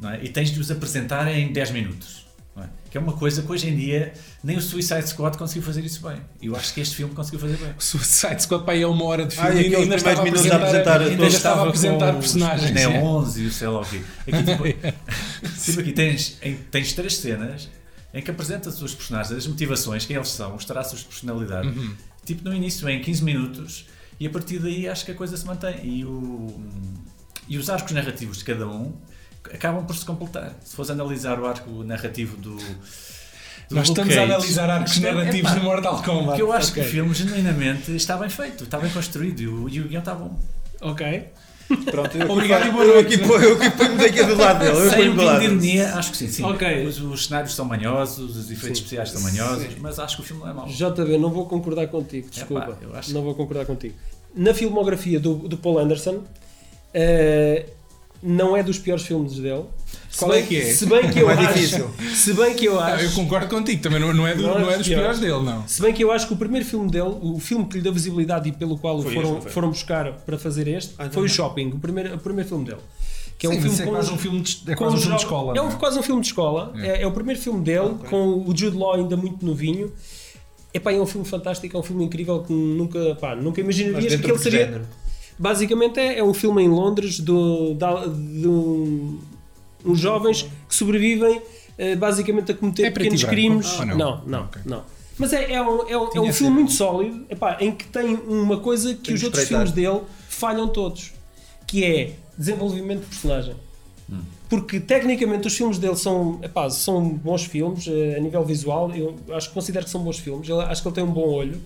Speaker 5: não é? e tens de os apresentar em 10 minutos. não é? Que é uma coisa que hoje em dia nem o Suicide Squad conseguiu fazer isso bem. E eu acho que este filme conseguiu fazer bem.
Speaker 1: Suicide Squad para aí é uma hora de
Speaker 4: Ah, e
Speaker 1: filme e
Speaker 4: aqueles
Speaker 1: ainda estava a
Speaker 4: primeiros
Speaker 1: apresentar,
Speaker 4: minutos a apresentar
Speaker 1: ainda
Speaker 5: Então
Speaker 4: todos.
Speaker 1: estava a apresentar
Speaker 5: com os
Speaker 1: personagens. é.
Speaker 5: Neons e o sei lá o quê. Aqui, tipo, tipo aqui tens, em- tens três cenas em que apresentas os personagens, as motivações, quem eles são, os traços de personalidade. Tipo no início, em 15 minutos, e a partir daí acho que a coisa se mantém. E, o, e os arcos narrativos de cada um acabam por se completar. Se fores analisar o arco narrativo do. do
Speaker 1: Nós
Speaker 5: Luke
Speaker 1: estamos a
Speaker 5: Cage,
Speaker 1: analisar arcos
Speaker 5: isto é-
Speaker 1: narrativos
Speaker 5: epá,
Speaker 1: no Mortal Kombat.
Speaker 5: porque eu acho que
Speaker 1: Ok.
Speaker 5: o filme genuinamente está bem feito, está bem construído e o, e o guião está bom.
Speaker 3: Ok.
Speaker 4: Pronto, eu
Speaker 1: Obrigado e boa
Speaker 4: eu
Speaker 1: noite.
Speaker 4: aqui ponho- eu aqui ponho daqui do lado dele. Eu
Speaker 5: Sem
Speaker 4: ponho
Speaker 5: um
Speaker 4: do
Speaker 5: pingo de
Speaker 4: lado.
Speaker 5: ironia, acho que sim, sim.
Speaker 3: Ok.
Speaker 5: Os, os cenários são manhosos, os efeitos especiais são manhosos, mas acho que o filme não é mau.
Speaker 3: JB, não vou concordar contigo, desculpa.
Speaker 5: eu acho-
Speaker 3: Não vou concordar contigo. Na filmografia do, do Paul Anderson, eh, não é dos piores filmes dele. Se
Speaker 1: Qual
Speaker 3: bem-
Speaker 1: é que é?
Speaker 3: Se bem que eu
Speaker 4: Não é
Speaker 3: acho,
Speaker 4: difícil.
Speaker 3: Se bem que eu
Speaker 1: Ah, eu
Speaker 3: acho.
Speaker 1: concordo contigo, também não, não é, do-
Speaker 3: Não é
Speaker 1: não é
Speaker 3: dos
Speaker 1: dos
Speaker 3: piores.
Speaker 1: piores dele, não.
Speaker 3: Se bem que eu acho que o primeiro filme dele, o filme que lhe deu visibilidade e pelo qual o foram, foram buscar para fazer este, foi o Shopping, o primeiro, o primeiro filme dele. Que é um
Speaker 1: Ah, Sim,
Speaker 3: filme
Speaker 1: mas é
Speaker 3: com-
Speaker 1: quase um filme de, é
Speaker 3: com
Speaker 1: quase um
Speaker 3: os
Speaker 1: filme de
Speaker 3: jo-
Speaker 1: escola.
Speaker 3: É,
Speaker 1: não
Speaker 3: um,
Speaker 1: é?
Speaker 3: quase um filme de escola. É, é o primeiro filme dele, com o Jude Law ainda muito novinho. Epá, é um filme fantástico, é um filme incrível que nunca, pá, nunca
Speaker 4: Mas
Speaker 3: imaginarias
Speaker 4: dentro
Speaker 3: que ele
Speaker 4: do
Speaker 3: seria.
Speaker 4: género.
Speaker 3: Basicamente é, é um filme em Londres do, da, de um- uns jovens que sobrevivem eh, basicamente a cometer
Speaker 1: É preto
Speaker 3: pequenos
Speaker 1: e branco,
Speaker 3: crimes.
Speaker 1: ou não?
Speaker 3: não, não,
Speaker 1: Ok.
Speaker 3: não. Mas é, é um, é um, é um
Speaker 1: Tinha
Speaker 3: filme
Speaker 1: sido.
Speaker 3: muito sólido epá, em que tem uma coisa que
Speaker 4: Tem
Speaker 3: os
Speaker 4: que
Speaker 3: outros
Speaker 4: espreitar.
Speaker 3: filmes dele falham todos, que é desenvolvimento de personagem porque tecnicamente os filmes dele são, epá, são bons filmes eh, a nível visual, eu acho que considero que são bons filmes, ele- acho que ele tem um bom olho.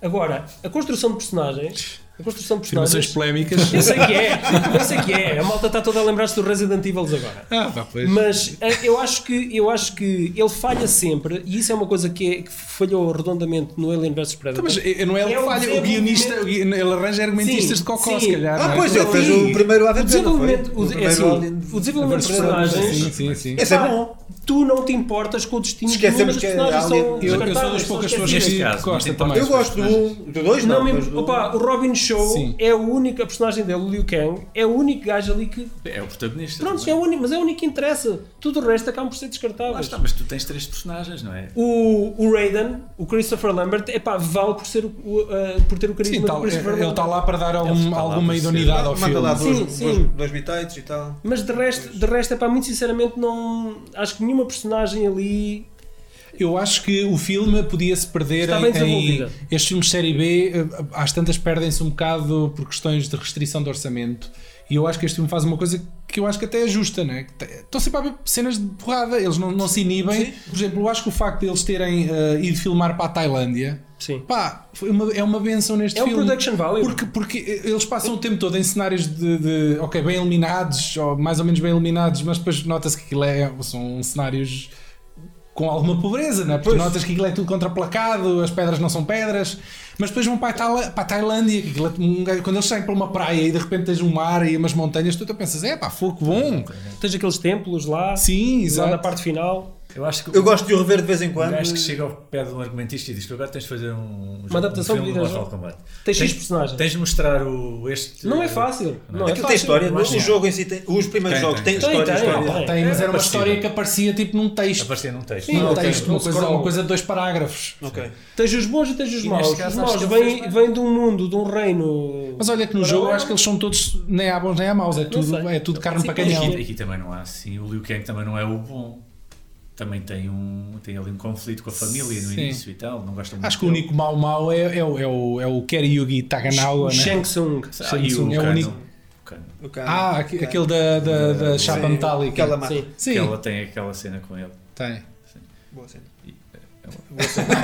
Speaker 3: Agora, a construção de personagens, a construção de
Speaker 1: Afirmações
Speaker 3: personagens,
Speaker 1: polémicas.
Speaker 3: eu sei que é, eu sei que é, a malta está toda a lembrar-se do Resident Evil agora.
Speaker 1: ah, pá, pois.
Speaker 3: Mas eh, eu acho, que, eu acho que ele falha sempre, e isso é uma coisa que, é- que falhou redondamente no Alien vs Predator.
Speaker 1: Então, mas eh, não é ele
Speaker 3: É
Speaker 1: que
Speaker 3: um
Speaker 1: falha, o guionista, o gui- ele arranja argumentistas de
Speaker 3: Sim,
Speaker 1: cocó,
Speaker 3: sim.
Speaker 1: se calhar. não
Speaker 4: Ah,
Speaker 1: é?
Speaker 4: pois, ele
Speaker 3: Sim.
Speaker 4: fez o primeiro
Speaker 3: o
Speaker 4: Avengers, não foi?
Speaker 3: desenvolvimento, o, de- é
Speaker 4: primeiro
Speaker 3: assim,
Speaker 4: Alien-
Speaker 3: o desenvolvimento de personagens
Speaker 1: Sim, sim, sim.
Speaker 4: Esse é
Speaker 3: Pá,
Speaker 4: bom.
Speaker 3: Tu não te importas com o destino
Speaker 4: Esquecemos
Speaker 3: de
Speaker 4: que é
Speaker 3: nenhum dos personagens.
Speaker 4: Alien.
Speaker 3: são
Speaker 1: Eu, eu sou
Speaker 3: descartáveis,
Speaker 1: das
Speaker 3: são
Speaker 1: poucas pessoas
Speaker 3: esquecíveis.
Speaker 1: que
Speaker 5: neste caso,
Speaker 1: gosta
Speaker 5: mas
Speaker 1: também.
Speaker 4: Eu gosto do um, do dois
Speaker 3: Não,
Speaker 4: não,
Speaker 3: mesmo-
Speaker 4: mas do
Speaker 3: opá, o Robin Show
Speaker 1: Sim.
Speaker 3: é o único, a personagem dele, o Liu Kang, é o único gajo ali que.
Speaker 5: É o protagonista.
Speaker 3: Pronto,
Speaker 5: também.
Speaker 3: é o único, mas é o único que interessa. Tudo o resto acaba por ser
Speaker 5: Lá
Speaker 3: descartável.
Speaker 5: está, mas tu tens três personagens, não é?
Speaker 3: O, o Raiden, o Christopher Lambert, é pá, vale por, ser o, o, ah, por ter o carisma
Speaker 1: Sim,
Speaker 3: do
Speaker 1: tal-
Speaker 3: Christopher
Speaker 1: ele está
Speaker 3: Lambert.
Speaker 1: lá para dar
Speaker 5: Ele
Speaker 1: algum,
Speaker 5: tá lá
Speaker 1: alguma
Speaker 5: para ser-
Speaker 1: idoneidade ao
Speaker 4: Manda lá
Speaker 1: filme.
Speaker 4: dois,
Speaker 3: Sim,
Speaker 4: dois,
Speaker 3: sim.
Speaker 4: dois bitites e tal.
Speaker 3: Mas de resto, de resto, é pá, muito sinceramente, não. Acho que nenhuma personagem ali.
Speaker 1: Eu acho que o filme podia se perder
Speaker 3: Está bem
Speaker 1: em, em
Speaker 3: desenvolvida.
Speaker 1: estes filmes de série B, eh, às tantas perdem-se um bocado por questões de restrição de orçamento. E eu acho que este filme faz uma coisa que eu acho que até é justa, né? Que te- Estão sempre a ver cenas de porrada, eles não, não se inibem. Por exemplo, eu acho que o facto de eles terem eh, ido filmar para a Tailândia
Speaker 3: Sim.
Speaker 1: Pá, foi uma- é uma benção neste
Speaker 3: É um
Speaker 1: filme.
Speaker 3: production value.
Speaker 1: Porque, porque eles passam o tempo todo em cenários de, de, ok, bem iluminados, ou mais ou menos bem iluminados, mas depois nota-se que aquilo é, são cenários com alguma pobreza, não é? Porque notas que aquilo é tudo contraplacado, as pedras não são pedras, mas depois vão para a, Taila- para a Tailândia, que aquilo é um gajo- quando eles saem para uma praia e de repente tens um mar e umas montanhas, tu até pensas, é pá, fogo bom.
Speaker 3: Tens aqueles templos lá,
Speaker 1: Sim,
Speaker 3: lá na
Speaker 1: exato.
Speaker 3: parte final.
Speaker 5: Eu acho que
Speaker 4: Eu gosto de o rever de vez em
Speaker 5: um
Speaker 4: quando.
Speaker 5: gajo que chega ao pé de um argumentista e diz que agora tens de fazer um, um
Speaker 3: adaptação
Speaker 5: um filme
Speaker 3: de
Speaker 5: do Mortal
Speaker 3: videojogo.
Speaker 5: Kombat.
Speaker 3: Tens X personagens.
Speaker 5: Tens de mostrar o, este...
Speaker 3: Não é fácil. Não, é fácil.
Speaker 4: Aquilo tem história,
Speaker 3: Não
Speaker 4: mas o
Speaker 3: é.
Speaker 4: jogo em si tem. Os primeiros
Speaker 5: Tem,
Speaker 4: jogos
Speaker 5: tem.
Speaker 4: têm história.
Speaker 3: Tem, tem,
Speaker 4: história.
Speaker 3: tem.
Speaker 1: Tem, mas
Speaker 5: É
Speaker 1: era uma
Speaker 5: parecido.
Speaker 1: história que aparecia tipo num texto.
Speaker 5: Aparecer num texto.
Speaker 3: Sim,
Speaker 1: Num
Speaker 3: um
Speaker 1: texto,
Speaker 3: texto, um
Speaker 1: uma coisa,
Speaker 3: scroll.
Speaker 1: uma coisa de dois parágrafos.
Speaker 4: Ok.
Speaker 3: Tens os bons e tens os
Speaker 5: E
Speaker 3: maus.
Speaker 5: neste
Speaker 3: Os
Speaker 5: caso,
Speaker 3: maus
Speaker 5: acho que ele
Speaker 3: vêm
Speaker 5: fez bem.
Speaker 3: vêm de um mundo, de um reino.
Speaker 1: Mas olha que no jogo eu acho que eles são todos nem há bons nem há maus, é tudo,
Speaker 3: sei.
Speaker 1: é tudo carne
Speaker 3: Sim,
Speaker 1: para
Speaker 5: E
Speaker 1: canhão.
Speaker 5: aqui, aqui também não há assim. O Liu Kang também não é o bom. Também tem, um, tem ali um conflito com a família no
Speaker 1: Sim.
Speaker 5: início e tal. Não gosta muito
Speaker 1: Acho que o
Speaker 5: dele.
Speaker 1: único mau mau é, é, o- é o, é o Kerryugi Taganawa,
Speaker 3: o
Speaker 1: né?
Speaker 3: Shang Tsung.
Speaker 5: Ah, e
Speaker 1: Sim,
Speaker 5: o
Speaker 1: é o
Speaker 5: Kano.
Speaker 1: único-
Speaker 5: O Kano.
Speaker 4: O cara-
Speaker 1: Ah, aque- aquele da, da, da chapa
Speaker 4: Sim,
Speaker 1: metálica.
Speaker 4: Aquela mata.
Speaker 3: Sim.
Speaker 1: Sim,
Speaker 5: Que ela tem aquela cena com ele.
Speaker 1: tem.
Speaker 4: Boa cena. Boa cena.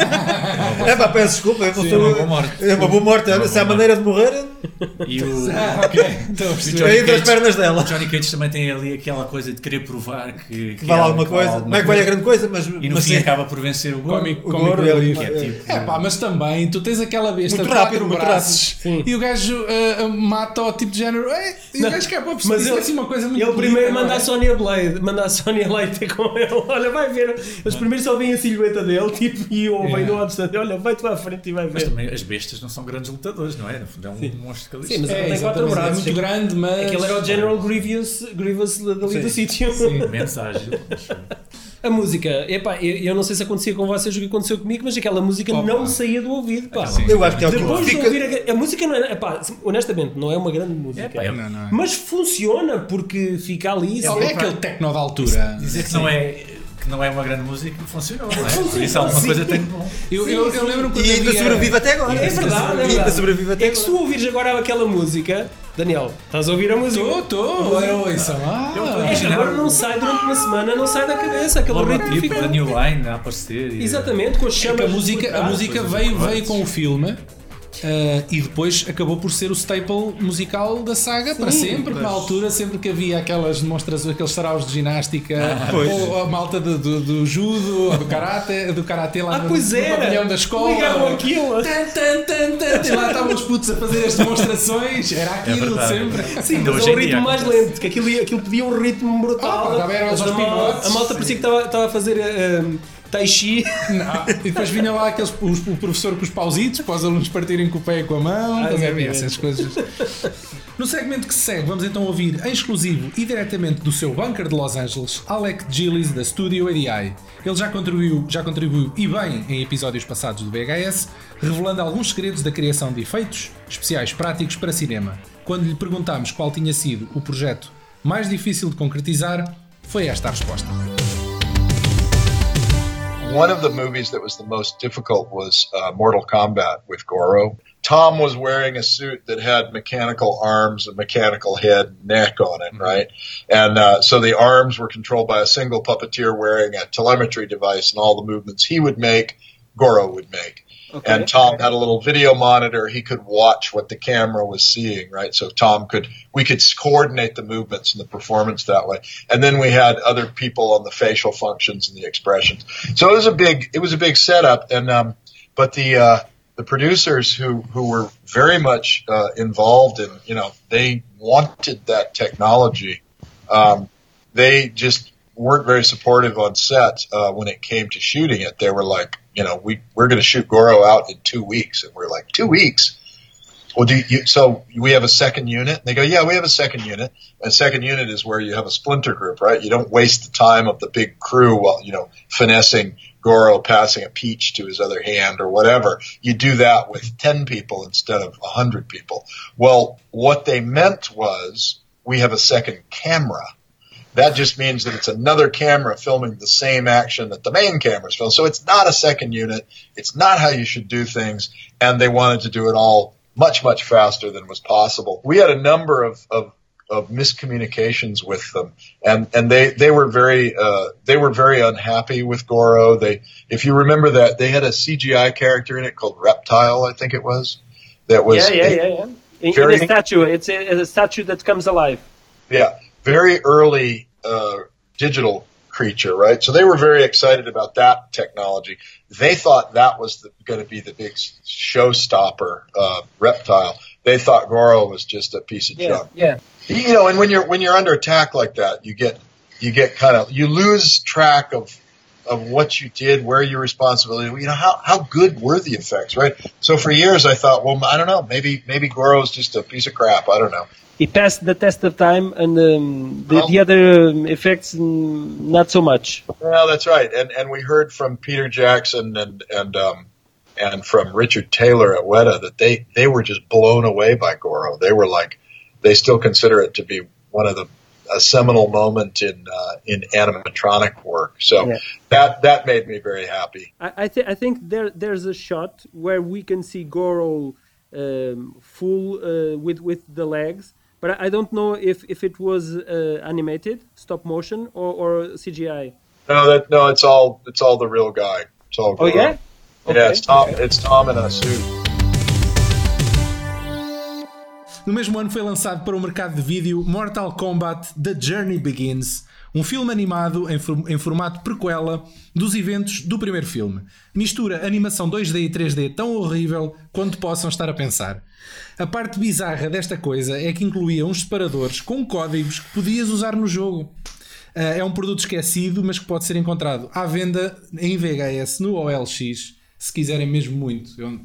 Speaker 4: É pá, peço desculpa. Eu não
Speaker 5: Sim,
Speaker 4: sou...
Speaker 5: é uma boa morte.
Speaker 4: É uma boa morte.
Speaker 5: uma
Speaker 4: Olha, se há
Speaker 5: boa
Speaker 4: maneira de morrer,
Speaker 5: E o,
Speaker 1: ok, estou a perceber.
Speaker 4: é entre as pernas
Speaker 5: o
Speaker 4: dela.
Speaker 5: Johnny Cage também tem ali aquela coisa de querer provar que,
Speaker 4: Que vale
Speaker 5: há-
Speaker 4: alguma
Speaker 5: que
Speaker 4: coisa. Não é que vale a grande coisa, mas.
Speaker 5: E no
Speaker 4: mas
Speaker 5: fim
Speaker 4: sim.
Speaker 5: acaba por vencer o Goro.
Speaker 1: Cómico,
Speaker 4: O
Speaker 1: cómico
Speaker 4: Goro,
Speaker 1: relief.
Speaker 5: que é tipo-
Speaker 1: É pá, mas também tu tens aquela besta
Speaker 4: Muito
Speaker 1: de quatro
Speaker 4: rápido, muito
Speaker 1: braços
Speaker 3: rápido. Sim.
Speaker 1: e o gajo ah, ah, mata o tipo de género. "Ei", e o
Speaker 3: Não,
Speaker 1: gajo acaba por
Speaker 3: mas
Speaker 1: mas
Speaker 3: ele-
Speaker 1: assim uma coisa muito
Speaker 3: Ele
Speaker 1: bonita,
Speaker 3: primeiro
Speaker 1: não é?
Speaker 3: manda a Sonia Blade, manda a Sonia Blade ter com ele. Olha, vai ver. Eles primeiro só veem a silhueta dele, tipo, e eu
Speaker 1: Yeah.
Speaker 3: yeah. do obstante. Olha, vai-te à frente e vai
Speaker 5: Mas
Speaker 3: ver.
Speaker 5: também as bestas não são grandes lutadores, não é? No fundo é um monstro que ali
Speaker 3: Sim, mas
Speaker 5: está.
Speaker 1: É,
Speaker 3: Ele tem quatro
Speaker 1: exatamente, é
Speaker 3: braços.
Speaker 1: muito grande, mas.
Speaker 3: Aquele era o General Grievous, Grievous dali do sítio.
Speaker 5: é menos ágil. mas-
Speaker 3: A música, epá, eu, eu não sei se acontecia com vocês o que aconteceu comigo, mas aquela música
Speaker 1: Opa.
Speaker 3: não me saía do ouvido, pá.
Speaker 5: Aquela
Speaker 4: Eu acho que é o que
Speaker 3: Depois de
Speaker 4: fica.
Speaker 3: ouvir a, a música, não é, epá, honestamente, não é um- uma grande música.
Speaker 5: Epá, é-
Speaker 1: Não, não é.
Speaker 3: Mas funciona porque fica ali.
Speaker 1: Qual
Speaker 3: sempre-
Speaker 1: é aquele tecno da altura?
Speaker 5: Dizer que não, é, que não é uma grande música funcionou, não é? Por isso alguma
Speaker 3: Sim.
Speaker 5: coisa tem de bom.
Speaker 1: Eu, eu, eu lembro quando
Speaker 4: E ainda
Speaker 1: havia-
Speaker 4: sobrevive até agora.
Speaker 3: É verdade, é
Speaker 4: E ainda
Speaker 3: verdade.
Speaker 4: sobrevive até
Speaker 3: É que se
Speaker 4: agora.
Speaker 3: tu ouvires agora aquela música, Daniel, estás a ouvir a música?
Speaker 1: Tô, tô, era o Eisan.
Speaker 3: É
Speaker 1: Ah,
Speaker 3: que agora não sai durante uma semana, não sai da cabeça, aquele ritmo
Speaker 5: Logotipo da
Speaker 3: fica.
Speaker 5: New Line tipo a aparecer. e-
Speaker 3: Exatamente, com as
Speaker 1: é que
Speaker 3: chamas.
Speaker 1: a música, a
Speaker 3: Ah,
Speaker 1: música
Speaker 5: depois
Speaker 1: veio,
Speaker 5: os
Speaker 1: veio com o filme. ah, e depois acabou por ser o staple musical da saga para sempre, na altura, sempre que havia aquelas demonstrações, aqueles saraus de ginástica,
Speaker 3: Ah,
Speaker 4: pois.
Speaker 1: ou a malta do, do, do judo, ou do karate, do karate lá
Speaker 3: Ah,
Speaker 1: no,
Speaker 3: pois
Speaker 1: no
Speaker 3: era!
Speaker 1: pavilhão da escola.
Speaker 3: Ligavam um-
Speaker 1: ou-
Speaker 3: aquilo!
Speaker 1: Tan, tan, tan, tan, e lá estavam os putos a fazer as demonstrações, era
Speaker 5: É
Speaker 1: aquilo
Speaker 5: verdade.
Speaker 1: sempre.
Speaker 3: Sim,
Speaker 5: Ainda
Speaker 3: mas
Speaker 5: hoje
Speaker 3: é um
Speaker 5: em dia
Speaker 3: ritmo mais
Speaker 5: acontece.
Speaker 3: lento, que aquilo, aquilo pedia um ritmo
Speaker 1: Ah, pá,
Speaker 3: brutal.
Speaker 1: também eram
Speaker 3: Mas
Speaker 1: os
Speaker 3: a, malta,
Speaker 1: pivotes.
Speaker 3: a malta parecia que estava a fazer ehm, tai chi.
Speaker 1: Não, E depois vinha lá aqueles, os- o professor com os pausitos para os alunos partirem com o pé e com a mão,
Speaker 3: Ah,
Speaker 1: estás a ver?
Speaker 3: exatamente.
Speaker 1: essas coisas. No segmento que se segue, vamos então ouvir em exclusivo e diretamente do seu bunker de Los Angeles, Alec Gillies da Studio ADI. Ele já contribuiu, já contribuiu e bem em episódios passados do VHS, revelando alguns segredos da criação de efeitos especiais práticos para cinema. Quando lhe perguntámos qual tinha sido o projeto mais difícil de concretizar, foi esta a resposta.
Speaker 7: One of the movies that was the most difficult was uh, Mortal Kombat with Goro. Tom was wearing a suit that had mechanical arms and mechanical head and neck on it, right? And uh, so the arms were controlled by a single puppeteer wearing a telemetry device, and all the movements he would make, Goro would make. And Tom had a little video monitor. He could watch what the camera was seeing, right? So Tom could, we could coordinate the movements and the performance that way. And then we had other people on the facial functions and the expressions. So it was a big, it was a big setup. And, um, but the, uh, the producers who, who were very much uh, involved in, you know, they wanted that technology. Um, they just weren't very supportive on set uh, when it came to shooting it. They were like, you know, we we're going to shoot Goro out in two weeks, and we're like, two weeks. Well, do you, so we have a second unit. And they go, yeah, we have a second unit. And second unit is where you have a splinter group, right? You don't waste the time of the big crew while you know finessing Goro passing a peach to his other hand or whatever. You do that with ten people instead of hundred people. Well, what they meant was we have a second camera that just means that it's another camera filming the same action that the main cameras film. So it's not a second unit. It's not how you should do things. And they wanted to do it all much, much faster than was possible. We had a number of, of, of miscommunications with them and, and they, they were very, uh, they were very unhappy with Goro. They, if you remember that they had a CGI character in it called Reptile, I think it was, that was,
Speaker 3: yeah. In,
Speaker 7: Very-
Speaker 3: statue, it's a, it's a statue that comes alive.
Speaker 7: yeah, very early uh, digital creature, right? So they were very excited about that technology. They thought that was going to be the big s- showstopper uh, reptile. They thought Goro was just a piece of junk.
Speaker 3: yeah.
Speaker 7: You know, and when you're when you're under attack like that, you get you get kind of you lose track of of what you did, where your responsibility, you know, how, how good were the effects, right? So for years I thought, well, I don't know, maybe, maybe Goro's just a piece of crap. I don't know.
Speaker 8: It passed the test of time, and um, the, the other um, effects, mm, not so much.
Speaker 7: Well, that's right. And, and we heard from Peter Jackson and, and, um, and from Richard Taylor at Weta that they, they were just blown away by Goro. They were like, they still consider it to be one of the, a seminal moment in, uh, in animatronic work. So
Speaker 8: Yeah.
Speaker 7: that, that made me very happy.
Speaker 8: I, I, th- I think there there's a shot where we can see Goro um, full uh, with with the legs, but I, I don't know if, if it was uh, animated, stop motion, or, or CGI.
Speaker 7: No, that no, it's all it's all the real guy. It's all
Speaker 8: Oh
Speaker 7: Goro.
Speaker 8: yeah,
Speaker 7: Yeah, it's Tom. It's Tom in a suit.
Speaker 1: No mesmo ano foi lançado para o mercado de vídeo Mortal Kombat The Journey Begins, um filme animado em, for- em formato prequela dos eventos do primeiro filme. Mistura animação 2D e 3D tão horrível quanto possam estar a pensar. A parte bizarra desta coisa é que incluía uns separadores com códigos que podias usar no jogo. Ah, É um produto esquecido, mas que pode ser encontrado à venda em VHS no OLX, se quiserem mesmo muito. Eu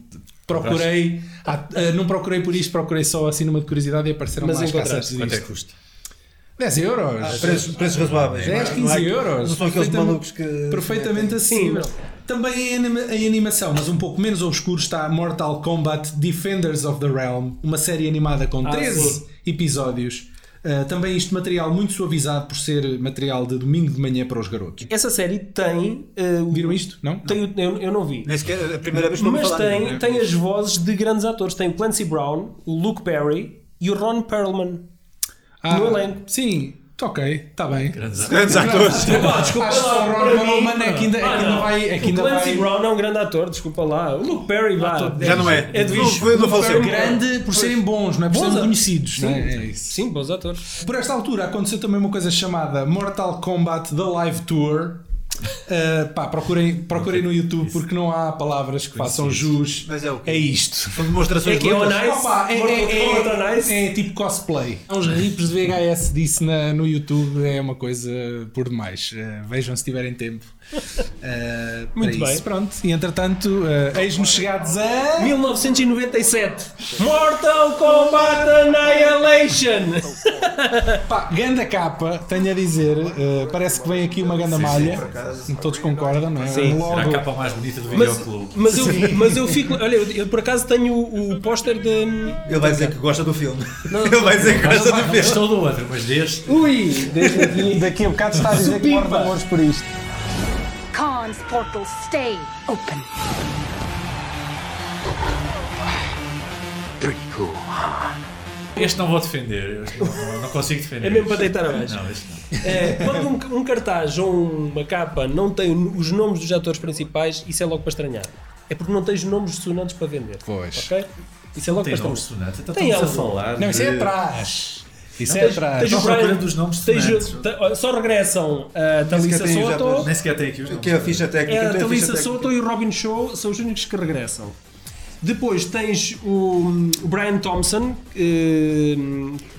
Speaker 1: procurei, ah, ah, não procurei por isto, procurei só assim numa de curiosidade e apareceram
Speaker 3: Mas
Speaker 1: lá as
Speaker 3: encontraste.
Speaker 1: cassetes
Speaker 5: Quanto é que
Speaker 1: disto.
Speaker 5: custa? Ah,
Speaker 1: 10 euros?
Speaker 4: Preços, preços razoáveis.
Speaker 1: 10,
Speaker 4: Não é-
Speaker 1: 15
Speaker 4: não é-
Speaker 1: euros.
Speaker 4: Não são aqueles
Speaker 1: Perfeitamente-
Speaker 4: malucos que.
Speaker 1: Perfeitamente
Speaker 3: Sim,
Speaker 1: acessível. Também em anima- em animação, mas um pouco menos obscuro, está Mortal Kombat Defenders of the Realm, uma série animada com
Speaker 3: Ah,
Speaker 1: 13
Speaker 3: sim.
Speaker 1: episódios. Ah, também isto material muito suavizado por ser material de domingo de manhã para os garotos.
Speaker 3: Essa série tem. eh, o-
Speaker 1: Viram isto? Não?
Speaker 3: tem o- eu, eu não vi.
Speaker 4: Nem sequer a primeira vez que
Speaker 3: Mas
Speaker 4: falar,
Speaker 3: tem, tem as vozes de grandes atores. Tem o Clancy Brown, o Luke Perry e o Ron Perlman.
Speaker 1: Ah,
Speaker 3: É No elenco.
Speaker 1: Sim, tá ok, está bem.
Speaker 4: Grandes atores.
Speaker 1: Acho que só o Ron Perlman é que ainda, é que ainda vai. É que
Speaker 3: Ah, o
Speaker 1: ainda
Speaker 3: Clancy
Speaker 1: vai Ah,
Speaker 3: Brown é um grande ator, desculpa lá. O Luke Perry, vá.
Speaker 4: Já não é.
Speaker 3: É de
Speaker 4: Não,
Speaker 3: bicho.
Speaker 4: foi- não faleceu.
Speaker 1: grande por serem bons, não é? Por
Speaker 3: Bons
Speaker 1: serem
Speaker 3: a-
Speaker 1: conhecidos. não é? É isso.
Speaker 3: Sim, bons atores.
Speaker 1: Por esta altura aconteceu também uma coisa chamada Mortal Kombat The Live Tour. Uh, pá, procurem, procurem no YouTube porque não há palavras que façam jus
Speaker 4: Mas é o quê?
Speaker 1: a isto.
Speaker 4: São demonstrações
Speaker 3: É que é
Speaker 4: loucas.
Speaker 3: on ice.
Speaker 1: Opa, é, é-
Speaker 3: Mortal Kombat on Ice.
Speaker 1: é- é tipo cosplay. Há uns rips de VHS disso na- no YouTube, é uma coisa por demais. Uh, vejam se tiverem tempo. Uh,
Speaker 3: Muito
Speaker 1: para
Speaker 3: bem.
Speaker 1: Isso. Pronto, e entretanto, uh, eis-nos chegados a.
Speaker 3: 1997. Mortal Kombat Annihilation.
Speaker 1: Pá, ganda capa, tenho a dizer, uh, parece que vem aqui uma ganda malha. Todos concordam, não é?
Speaker 5: Será a
Speaker 1: Logo,
Speaker 5: capa mais bonita do
Speaker 3: Mas,
Speaker 5: videoclube.
Speaker 3: mas, eu, mas eu fico. Olha, eu, eu por acaso tenho o, o póster de.
Speaker 4: Ele vai dizer que gosta do filme. Ele vai dizer que gosta do filme.
Speaker 5: Estou do outro, mas deste.
Speaker 1: Ui! Desde aqui, daqui a bocado está a dizer que morre de amores por isto.
Speaker 9: Khan's portals stay open.
Speaker 5: Este não vou defender. eu Não, não consigo defender.
Speaker 3: É mesmo para
Speaker 5: este.
Speaker 3: deitar abaixo.
Speaker 5: Não, este não.
Speaker 3: É, quando um, um cartaz ou uma capa não tem os nomes dos atores principais, isso é logo para estranhar. É porque não tens nomes sonantes para vender.
Speaker 1: Pois.
Speaker 3: Ok? Isso é logo
Speaker 5: Tem
Speaker 3: para
Speaker 5: nomes
Speaker 3: estranhar.
Speaker 5: sonantes. Então
Speaker 3: Tem
Speaker 5: estamos a
Speaker 3: algum.
Speaker 5: falar.
Speaker 1: Não, isso é
Speaker 5: de-
Speaker 1: atrás. Isso é
Speaker 3: Tens-
Speaker 1: atrás.
Speaker 3: tens o
Speaker 5: Estão à procura
Speaker 3: Brian-
Speaker 5: dos nomes
Speaker 3: tens o-
Speaker 5: sonantes.
Speaker 3: te- olha, Só regressam a Talissa
Speaker 4: tem os
Speaker 3: Soto.
Speaker 4: atores.
Speaker 5: Nem sequer tem aqui os nomes.
Speaker 4: Que é a ficha técnica.
Speaker 3: É, a
Speaker 4: tem a ficha
Speaker 3: Talissa
Speaker 4: técnica.
Speaker 3: Soto e o Robin Shaw são os únicos que regressam. Depois tens o, o Brian Thompson, eh,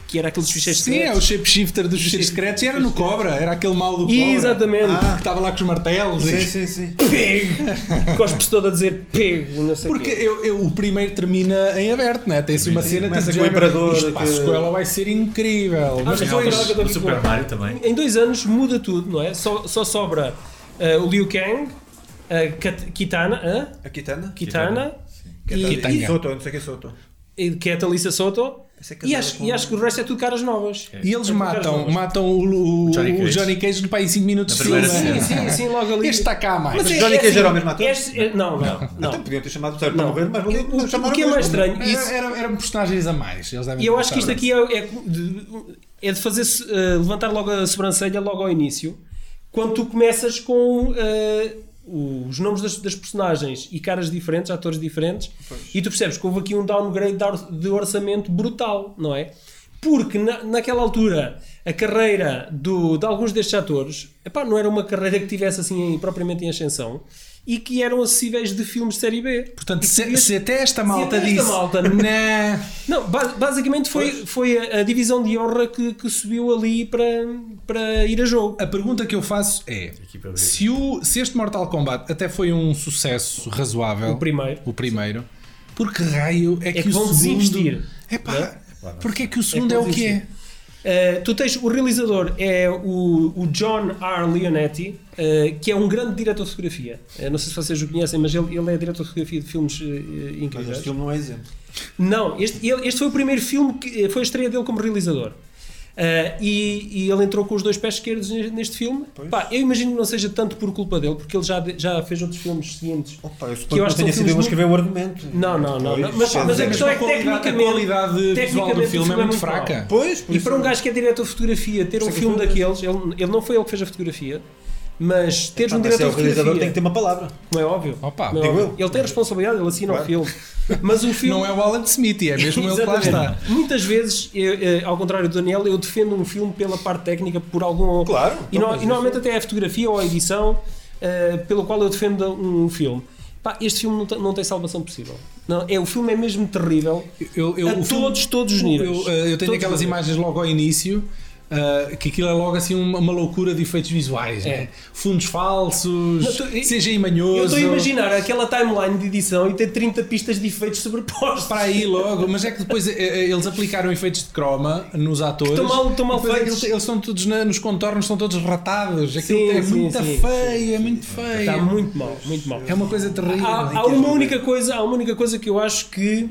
Speaker 3: que era aqueles ficheiros
Speaker 1: Sim, é o shapeshifter dos ficheiros secretos e era no Cobra, era aquele mal do Cobra. Ah.
Speaker 3: Exatamente.
Speaker 1: Que estava lá com os martelos.
Speaker 4: Sim,
Speaker 1: e-
Speaker 4: sim, sim.
Speaker 3: Cospe-se todo a dizer pego, não sei o
Speaker 1: Porque
Speaker 3: quê.
Speaker 1: eu, eu- o primeiro termina em aberto, né? Tem-se uma cena tipo
Speaker 4: Começa
Speaker 1: de
Speaker 4: com o
Speaker 1: género,
Speaker 4: Imperador,
Speaker 1: Isto, pá, a
Speaker 4: que-
Speaker 1: sequela vai ser incrível. Mas
Speaker 3: mas
Speaker 5: Tem
Speaker 3: só
Speaker 5: outras-
Speaker 3: em jogo eu tô
Speaker 5: é um do
Speaker 3: aqui
Speaker 5: Super
Speaker 3: com-
Speaker 5: Mario também.
Speaker 3: Em dois anos muda tudo, não é? Só, só sobra eh, o Liu Kang, a Kat- Kitana, hã?
Speaker 4: A Kitana?
Speaker 3: Kitana, é
Speaker 4: Kitana. E Soto, não sei o que é Soto.
Speaker 3: e- que é a Talissa Soto,
Speaker 4: Essa é casada
Speaker 3: e acho,
Speaker 4: com-
Speaker 3: e acho que o resto é tudo caras novas.
Speaker 1: E eles
Speaker 3: É tudo
Speaker 1: matam,
Speaker 3: caras novas.
Speaker 1: matam o, o- o
Speaker 5: Johnny
Speaker 1: Johnny,
Speaker 5: Cage.
Speaker 1: Cage no país 5 minutos de
Speaker 5: primeira
Speaker 1: cena.
Speaker 3: Sim, sim, sim, logo ali.
Speaker 1: Este está cá mais.
Speaker 3: Mas é-
Speaker 4: Johnny
Speaker 3: é
Speaker 4: Cage
Speaker 3: assim,
Speaker 4: era o mesmo ator?
Speaker 3: este- é- não, não,
Speaker 4: Então
Speaker 3: não.
Speaker 4: podiam ter chamado de para
Speaker 3: Não.
Speaker 4: morrer, mas
Speaker 3: O- o-
Speaker 4: não chamaram
Speaker 3: o que é
Speaker 4: mesmo.
Speaker 3: mais estranho,
Speaker 1: Era-
Speaker 3: isso-
Speaker 1: era- eram personagens a mais. Eles devem
Speaker 3: E eu acho
Speaker 1: gostar
Speaker 3: que isto
Speaker 1: dessa.
Speaker 3: aqui é, é de, é de fazer se- eh, levantar logo a sobrancelha logo ao início, quando tu começas com eh, os nomes das, das personagens e caras diferentes, atores diferentes, e tu percebes que houve aqui um downgrade de or- de orçamento brutal, não é? Porque na, naquela altura a carreira do, de alguns destes atores epá, não era uma carreira que tivesse assim em- propriamente em ascensão e que eram acessíveis de filmes de série B.
Speaker 1: Portanto,
Speaker 3: E que
Speaker 1: se,
Speaker 3: podias-
Speaker 1: se até esta malta
Speaker 3: até esta
Speaker 1: disse.
Speaker 3: malta-
Speaker 1: "Nah",
Speaker 3: Não, ba- basicamente foi, foi a, a divisão de honra que, que subiu ali para, para ir a jogo.
Speaker 1: A pergunta que eu faço é:
Speaker 5: Equipa B.
Speaker 1: se, o, se este Mortal Kombat até foi um sucesso razoável,
Speaker 3: O primeiro.
Speaker 1: o primeiro, por que raio é que,
Speaker 3: que
Speaker 1: o
Speaker 3: vão
Speaker 1: segundo.
Speaker 3: desinvestir,
Speaker 1: Epá, porque é que o segundo é,
Speaker 3: É que
Speaker 1: o
Speaker 3: vão
Speaker 1: que é?
Speaker 3: desinvestir. Uh, tu tens o realizador é o, o John R. Leonetti, uh, que é um grande diretor de fotografia. Uh, não sei se vocês o conhecem, mas ele, ele é diretor de fotografia de filmes uh, uh,
Speaker 4: Mas
Speaker 3: incríveis.
Speaker 4: este filme não é exemplo.
Speaker 3: Não, este, ele- este foi o primeiro filme que eh, foi a estreia dele como realizador. Ah, e, e ele entrou com os dois pés esquerdos ne- neste filme. Pá, eu imagino que não seja tanto por culpa dele, porque ele já, de- já fez outros filmes seguintes.
Speaker 4: Opa, eu
Speaker 3: Que eu
Speaker 4: suponho
Speaker 3: acho que
Speaker 4: que tenha
Speaker 3: são
Speaker 4: sido ele a
Speaker 3: filmes
Speaker 4: escrever o argumento.
Speaker 3: Não, não, não. não. Mas,
Speaker 4: Pá,
Speaker 3: mas a
Speaker 1: Mas
Speaker 3: questão é que
Speaker 1: a qualidade-
Speaker 3: tecnicamente.
Speaker 1: a qualidade visual do
Speaker 3: tecnicamente
Speaker 1: filme é muito
Speaker 3: mau.
Speaker 1: fraca.
Speaker 4: Pois, por
Speaker 3: E
Speaker 4: isso-
Speaker 3: para um gajo que é diretor de fotografia, ter um
Speaker 4: é que
Speaker 3: filme
Speaker 4: eu-
Speaker 3: daqueles, ele, ele não foi ele que fez a fotografia, mas teres
Speaker 4: Ah,
Speaker 3: um
Speaker 4: mas se é
Speaker 3: diretor
Speaker 4: o
Speaker 3: de
Speaker 4: realizador tem
Speaker 3: fotografia,
Speaker 4: que ter uma palavra.
Speaker 3: como é óbvio.
Speaker 1: Opa,
Speaker 3: como é
Speaker 4: digo
Speaker 3: óbvio.
Speaker 4: eu.
Speaker 3: Ele tem responsabilidade, ele assina o filme. Mas o filme.
Speaker 1: Não é o Alan Smith, é mesmo ele que lá
Speaker 3: Exatamente.
Speaker 1: está.
Speaker 3: Muitas vezes, eu, eh, ao contrário do Daniel, eu defendo um filme pela parte técnica, por algum.
Speaker 4: Claro,
Speaker 1: então,
Speaker 3: E,
Speaker 4: não,
Speaker 3: no-
Speaker 4: mas
Speaker 3: e normalmente até é a fotografia ou a edição eh, pelo qual eu defendo um filme. Pá, este filme não tem, não tem salvação possível. Não, é, o filme é mesmo terrível.
Speaker 1: Eu, eu-
Speaker 3: A
Speaker 1: o
Speaker 3: todos, todos os níveis.
Speaker 1: Eu, eh, eu tenho
Speaker 3: Todos
Speaker 1: aquelas
Speaker 3: os níveis.
Speaker 1: imagens logo ao início. eh, que aquilo é logo assim uma, uma loucura de efeitos visuais,
Speaker 3: É.
Speaker 1: né? fundos falsos,
Speaker 3: Não, tu-
Speaker 1: CGI
Speaker 3: Eu
Speaker 1: manhoso.
Speaker 3: estou a imaginar aquela timeline de edição e ter 30 pistas de efeitos sobrepostas.
Speaker 1: para aí logo, mas é que depois eh, eh, eles aplicaram efeitos de croma nos atores.
Speaker 3: estão mal- estão mal
Speaker 1: E depois é que
Speaker 3: feitos.
Speaker 1: Eles, eles são todos na- nos contornos, estão todos ratados. Aquilo
Speaker 3: Sim,
Speaker 1: é
Speaker 3: sim,
Speaker 1: muito
Speaker 3: sim,
Speaker 1: feio, é muito feio.
Speaker 3: Está muito mal, muito mal.
Speaker 1: É uma coisa terrível.
Speaker 3: Há, há
Speaker 1: é
Speaker 3: uma única coisa, há uma única coisa que eu acho que